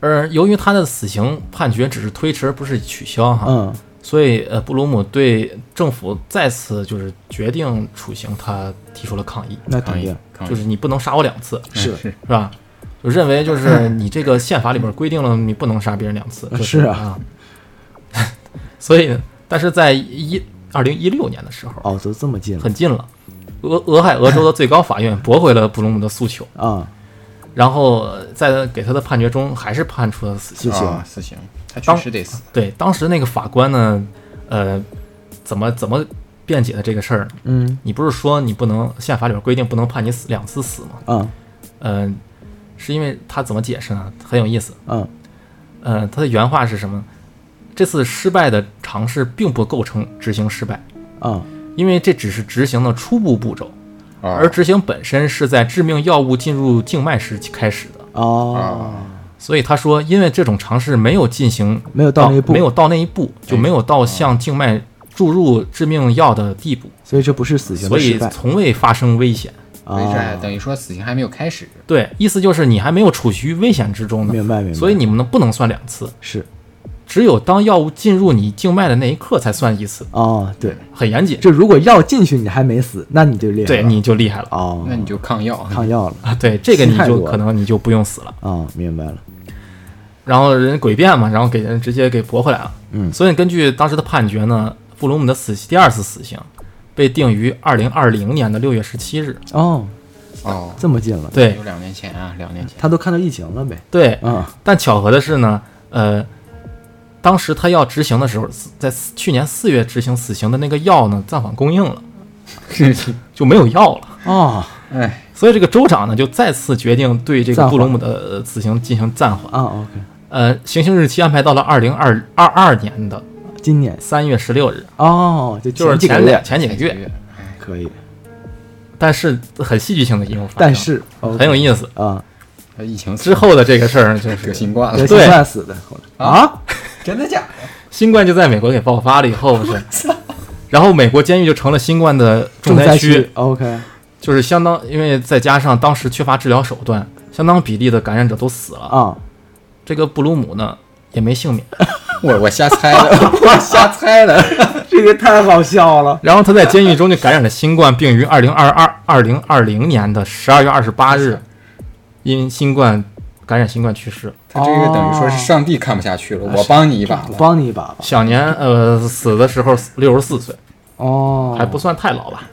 Speaker 1: 而由于他的死刑判决只是推迟，而不是取消哈，
Speaker 2: 嗯
Speaker 1: 所以，呃，布鲁姆对政府再次就是决定处刑，他提出了抗议，
Speaker 2: 那
Speaker 3: 抗
Speaker 2: 肯
Speaker 3: 议
Speaker 2: 定，
Speaker 3: 抗议
Speaker 1: 就是你不能杀我两次，
Speaker 3: 哎
Speaker 2: 是
Speaker 3: 是，
Speaker 1: 是吧？就认为就是你这个宪法里边规定了你不能杀别人两次，就是
Speaker 2: 啊
Speaker 1: 啊。 所以，但是在一二零一六年的时候，
Speaker 2: 哦，都这么近了
Speaker 1: 很近了，俄俄亥俄州的最高法院驳回了布鲁姆的诉求，
Speaker 2: 啊，
Speaker 1: 然后在给他的判决中还是判处了死刑。
Speaker 2: 谢谢
Speaker 3: 啊死刑，他确
Speaker 1: 当
Speaker 3: 实得死。
Speaker 1: 对，当时那个法官呢，呃，怎么怎么辩解的这个事儿呢？
Speaker 2: 嗯
Speaker 1: 你不是说你不能宪法里边规定不能判你死两次死吗？
Speaker 2: 啊
Speaker 1: 嗯、是因为他怎么解释呢？很有意思。
Speaker 2: 啊
Speaker 1: 呃，他的原话是什么？这次失败的尝试并不构成执行失败，
Speaker 2: 啊
Speaker 1: 因为这只是执行的初步步骤，而
Speaker 3: 而
Speaker 1: 执行本身是在致命药物进入静脉时开始的。
Speaker 2: 哦，
Speaker 1: 所以他说，因为这种尝试没有进行
Speaker 2: 没有到那一步哎
Speaker 1: 没有到那一步，就没有到向静脉注入致命药的地步，
Speaker 2: 所以这不是死刑
Speaker 1: 所
Speaker 2: 的失
Speaker 1: 以
Speaker 2: 败
Speaker 1: 从未发生危险。
Speaker 2: 啊，
Speaker 3: 为啥等于说死刑还没有开始？
Speaker 1: 对，意思就是你还没有处于危险之中呢，
Speaker 2: 明白明白，
Speaker 1: 所以你们呢不能算两次，
Speaker 2: 是
Speaker 1: 只有当药物进入你静脉的那一刻才算一次，
Speaker 2: 哦，对，
Speaker 1: 很严谨。
Speaker 2: 就如果药进去你还没死，那你就厉害了，
Speaker 1: 对，你就厉害了
Speaker 2: 哦，
Speaker 3: 那你就抗药，
Speaker 2: 抗药了
Speaker 1: 啊！对，这个你
Speaker 2: 太
Speaker 1: 就
Speaker 2: 多了
Speaker 1: 可能你就不用死了。
Speaker 2: 啊，明白了，
Speaker 1: 然后人诡辩嘛，然后给人直接给驳回来了。
Speaker 2: 嗯
Speaker 1: 所以根据当时的判决呢，布鲁姆的死第二次死刑被定于二零二零年的六月十七日。
Speaker 2: 哦，
Speaker 3: 哦，
Speaker 2: 这么近了，
Speaker 1: 对
Speaker 3: 有两年前啊，两年前
Speaker 2: 他都看到疫情了呗，
Speaker 1: 对，
Speaker 2: 啊
Speaker 1: 但巧合的是呢，呃，当时他要执行的时候，在去年四月执行死刑的那个药呢暂缓供应了，就没有药了。
Speaker 2: 哦
Speaker 3: 哎，
Speaker 1: 所以这个州长呢就再次决定对这个
Speaker 2: 暂缓
Speaker 1: 布鲁姆的呃死刑进行暂缓。
Speaker 2: 啊，OK，
Speaker 1: 呃，行刑日期安排到了二零二二二年的
Speaker 2: 今年
Speaker 1: 三月十六日，
Speaker 2: 哦，就
Speaker 1: 就是
Speaker 2: 几个
Speaker 1: 前
Speaker 2: 月
Speaker 1: 两前几个月。
Speaker 3: 月，哎
Speaker 2: 可以，
Speaker 1: 但是很戏剧性的一幕发生，
Speaker 2: 但是
Speaker 1: 很有
Speaker 2: 意
Speaker 1: 意思。
Speaker 2: 啊，
Speaker 3: 他疫情死
Speaker 1: 之后的这个事儿就
Speaker 3: 得
Speaker 1: 是
Speaker 3: 新冠
Speaker 2: 得
Speaker 3: 了，
Speaker 2: 新冠死的后来啊，
Speaker 3: 真的假
Speaker 1: 新冠就在美国给爆发了以后是，然后美国监狱就成了新冠的重灾
Speaker 2: 灾
Speaker 1: 区，
Speaker 2: ，OK，
Speaker 1: 就是相当，因为再加上当时缺乏治疗手段，相当比例的感染者都死了。
Speaker 2: 啊，
Speaker 1: 这个布鲁姆呢也没幸免，
Speaker 3: 的？ 我我瞎猜的， 我瞎猜的。
Speaker 2: 这个太好笑了，
Speaker 1: 然后他在监狱中就感染了新冠，并于二零二二二零二零年的十二月二十八日，因新冠感染新冠去世，
Speaker 3: 他这个等于
Speaker 1: 哦
Speaker 3: 说是上帝看不下去了，
Speaker 1: 啊
Speaker 3: 我帮你一把
Speaker 2: 我
Speaker 3: 了。
Speaker 2: 帮你一把吧，
Speaker 1: 享年呃死的时候六十四岁，
Speaker 2: 哦，
Speaker 1: 还不算太老吧。嗯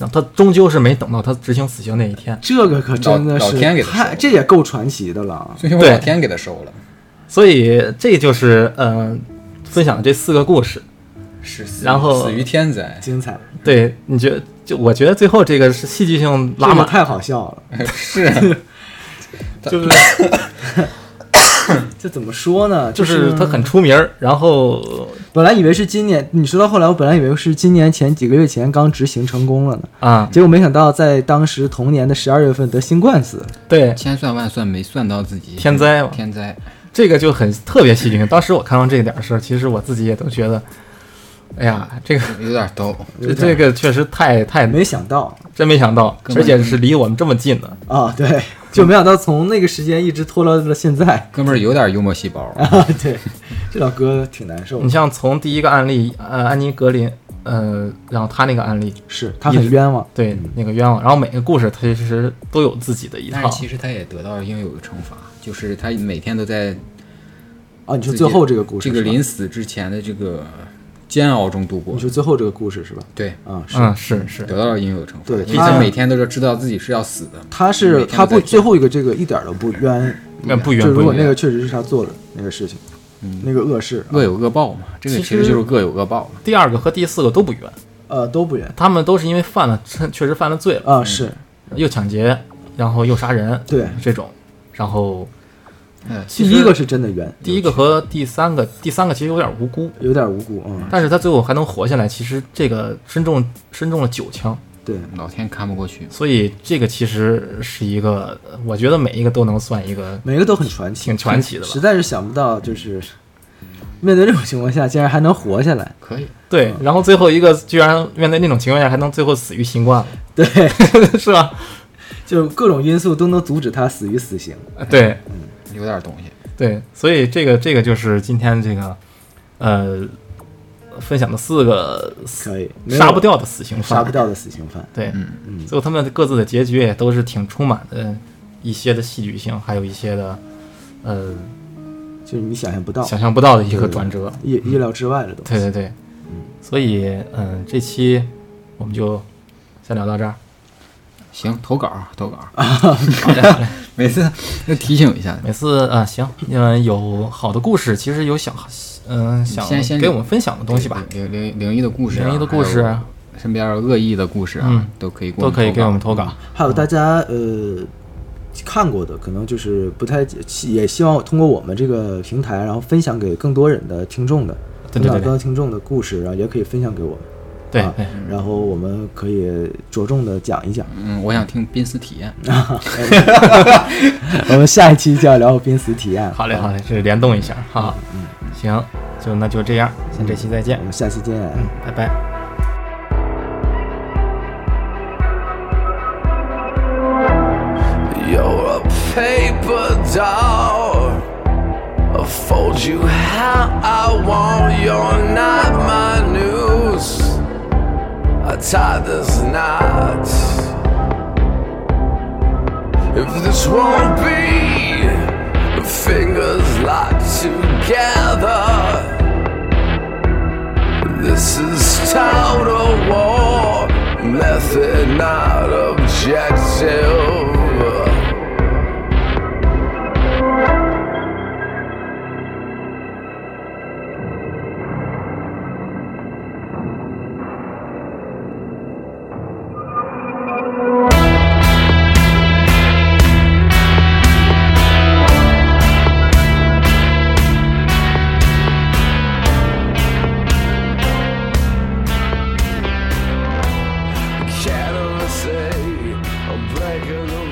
Speaker 1: 那他终究是没等到他执行死刑那一天，
Speaker 2: 这个可真的
Speaker 3: 老
Speaker 2: 是
Speaker 3: 老天给他
Speaker 2: 太，
Speaker 3: 收
Speaker 2: 这也够传奇的了。
Speaker 3: 最后
Speaker 1: 对
Speaker 3: 老天给他收了，
Speaker 1: 所以这就是呃分享的这四个故事。
Speaker 3: 是死于
Speaker 1: 然后
Speaker 3: 死于天灾，
Speaker 2: 精彩，
Speaker 1: 对，你觉得就我觉得最后这个是戏剧性拉
Speaker 2: 这个
Speaker 1: 满，
Speaker 2: 太好笑了，
Speaker 3: 是啊
Speaker 1: 就是
Speaker 2: 这怎么说呢？
Speaker 1: 就是
Speaker 2: 是
Speaker 1: 他很出名儿，然后
Speaker 2: 本来以为是今年，你说到后来，我本来以为是今年前几个月前刚执行成功了呢，
Speaker 1: 啊，
Speaker 2: 结果没想到在当时同年的十二月份得新冠死了。
Speaker 1: 对
Speaker 3: 千算万算没算到自己
Speaker 1: 天灾嘛，
Speaker 3: 天灾，
Speaker 1: 这个就很特别戏剧性。当时我看到这点儿事儿，其实我自己也都觉得，哎呀，这个
Speaker 3: 有点逗。
Speaker 1: 这这个确实太太
Speaker 2: 没想到
Speaker 1: 真没想到，
Speaker 3: 根
Speaker 1: 而
Speaker 3: 本
Speaker 1: 且
Speaker 3: 就是
Speaker 1: 离我们这么近的。
Speaker 2: 啊，对，就没想到从那个时间一直拖拉到现在
Speaker 3: 哥们儿有点幽默细胞，
Speaker 2: 啊，对，这老哥挺难受
Speaker 1: 你
Speaker 2: 的
Speaker 1: 像从第一个案例，呃，安妮格林呃，然后他那个案例，
Speaker 2: 是他很冤枉，
Speaker 1: 对那个冤枉，然后每个故事它其实都有自己的一
Speaker 3: 但
Speaker 1: 套
Speaker 3: 是，其实他也得到应有的惩罚，就是他每天都在
Speaker 2: 啊，你说最后这个故事
Speaker 3: 这
Speaker 2: 是吧，
Speaker 3: 个临死之前的这个煎熬中度过
Speaker 2: 你。说最后这个故事是吧？
Speaker 3: 对，
Speaker 2: 啊，是
Speaker 1: 嗯，是是，
Speaker 3: 得到了应有的惩罚，
Speaker 2: 对
Speaker 3: 因为
Speaker 2: 他
Speaker 3: 他每天都是知道自己是要死
Speaker 1: 啊
Speaker 3: 的。
Speaker 2: 他
Speaker 3: 每
Speaker 2: 是
Speaker 3: 天都
Speaker 2: 他不
Speaker 3: 在
Speaker 2: 最后一个这个一点儿都不冤，
Speaker 1: 那不
Speaker 2: 就
Speaker 1: 冤
Speaker 2: 如
Speaker 1: 不
Speaker 2: 果那
Speaker 1: 冤，
Speaker 2: 个确实是他做的那个事情，
Speaker 3: 嗯
Speaker 2: 那个恶事，
Speaker 3: 恶有恶报嘛，这个
Speaker 1: 其
Speaker 3: 其
Speaker 1: 实
Speaker 3: 实就是恶有恶报嘛。
Speaker 1: 第二个和第四个都不冤，
Speaker 2: 呃，都不冤
Speaker 1: 他们都是因为犯了 确确实犯了罪了，
Speaker 2: 啊，是
Speaker 1: 又抢劫，然后又杀人，
Speaker 2: 对，
Speaker 1: 这种，然后
Speaker 3: 嗯，
Speaker 1: 其
Speaker 2: 第
Speaker 1: 实
Speaker 2: 一个是真的冤，
Speaker 1: 第一个和第三个，第三个其实有点无辜，
Speaker 2: 有点无辜啊，
Speaker 1: 但是他最后还能活下来，其实这个身中身中了九枪，
Speaker 2: 对，
Speaker 3: 嗯老天看不过去。
Speaker 1: 所以这个其实是一个，我觉得每一个都能算一个
Speaker 2: 每个都很传奇
Speaker 1: 挺，传奇的吧
Speaker 2: 实。在是想不到，就是面对这种情况下，竟然还能活下来，
Speaker 3: 可以，
Speaker 1: 对，
Speaker 2: 嗯
Speaker 1: 然后最后一个居然面对那种情况下还能最后死于新冠，
Speaker 2: 对，
Speaker 1: 是吧？
Speaker 2: 就各种因素都能阻止他死于死刑，
Speaker 1: 对
Speaker 3: 有点东西。
Speaker 1: 对，所以这个这个就是今天这个呃分享的四个死
Speaker 2: 可以，没有
Speaker 1: 杀不掉的死刑
Speaker 2: 杀不
Speaker 1: 犯。
Speaker 2: 掉的死刑犯，
Speaker 1: 对，
Speaker 3: 嗯，
Speaker 2: 嗯，
Speaker 1: 最后他们各自的结局也都是挺充满的一些的戏剧性，还有一些的呃
Speaker 2: 就是你想象不到，
Speaker 1: 想象不到的一个
Speaker 2: 哦对
Speaker 1: 转折。
Speaker 2: 意意料之外的东西，
Speaker 1: 对对对，所以嗯，这期我们就先聊到这儿。
Speaker 3: 行，投稿啊投稿。 每次要提醒一下，
Speaker 1: 每次啊、行，嗯，有好的故事，其实有想嗯、想
Speaker 3: 先先
Speaker 1: 给我们分享的 东西吧，
Speaker 3: 灵灵灵异的故事啊，
Speaker 1: 灵异的故事
Speaker 3: 还有身边恶意的故事啊
Speaker 1: 嗯，
Speaker 3: 都可以给
Speaker 1: 都可以给我们
Speaker 3: 投
Speaker 1: 投
Speaker 3: 稿嗯
Speaker 1: 稿。。
Speaker 2: 还有大家呃看过的，可能就是不太也希望通过我们这个平台，然后分享给更多人的听众的，
Speaker 1: 对
Speaker 2: 分
Speaker 1: 对
Speaker 2: 享
Speaker 1: 对
Speaker 2: 更多听众的故事，然后也可以分享给我们，
Speaker 1: 对
Speaker 2: 啊
Speaker 1: 对，
Speaker 2: 然后我们可以着重的讲一讲。
Speaker 3: 嗯，我想听濒死体验。
Speaker 2: 我们下一期就要聊濒死体验了，
Speaker 1: 好嘞好嘞，这联动一下哈。行，就那就这样，先这期再见
Speaker 2: 我，们下期见。
Speaker 1: 嗯，拜拜。
Speaker 4: You're a paper doll. I'll fold you how I want. You're not my news. I tie this knot. If this won't be fingers locked together, this is total war. Method not objective. Can I say I'm breaking the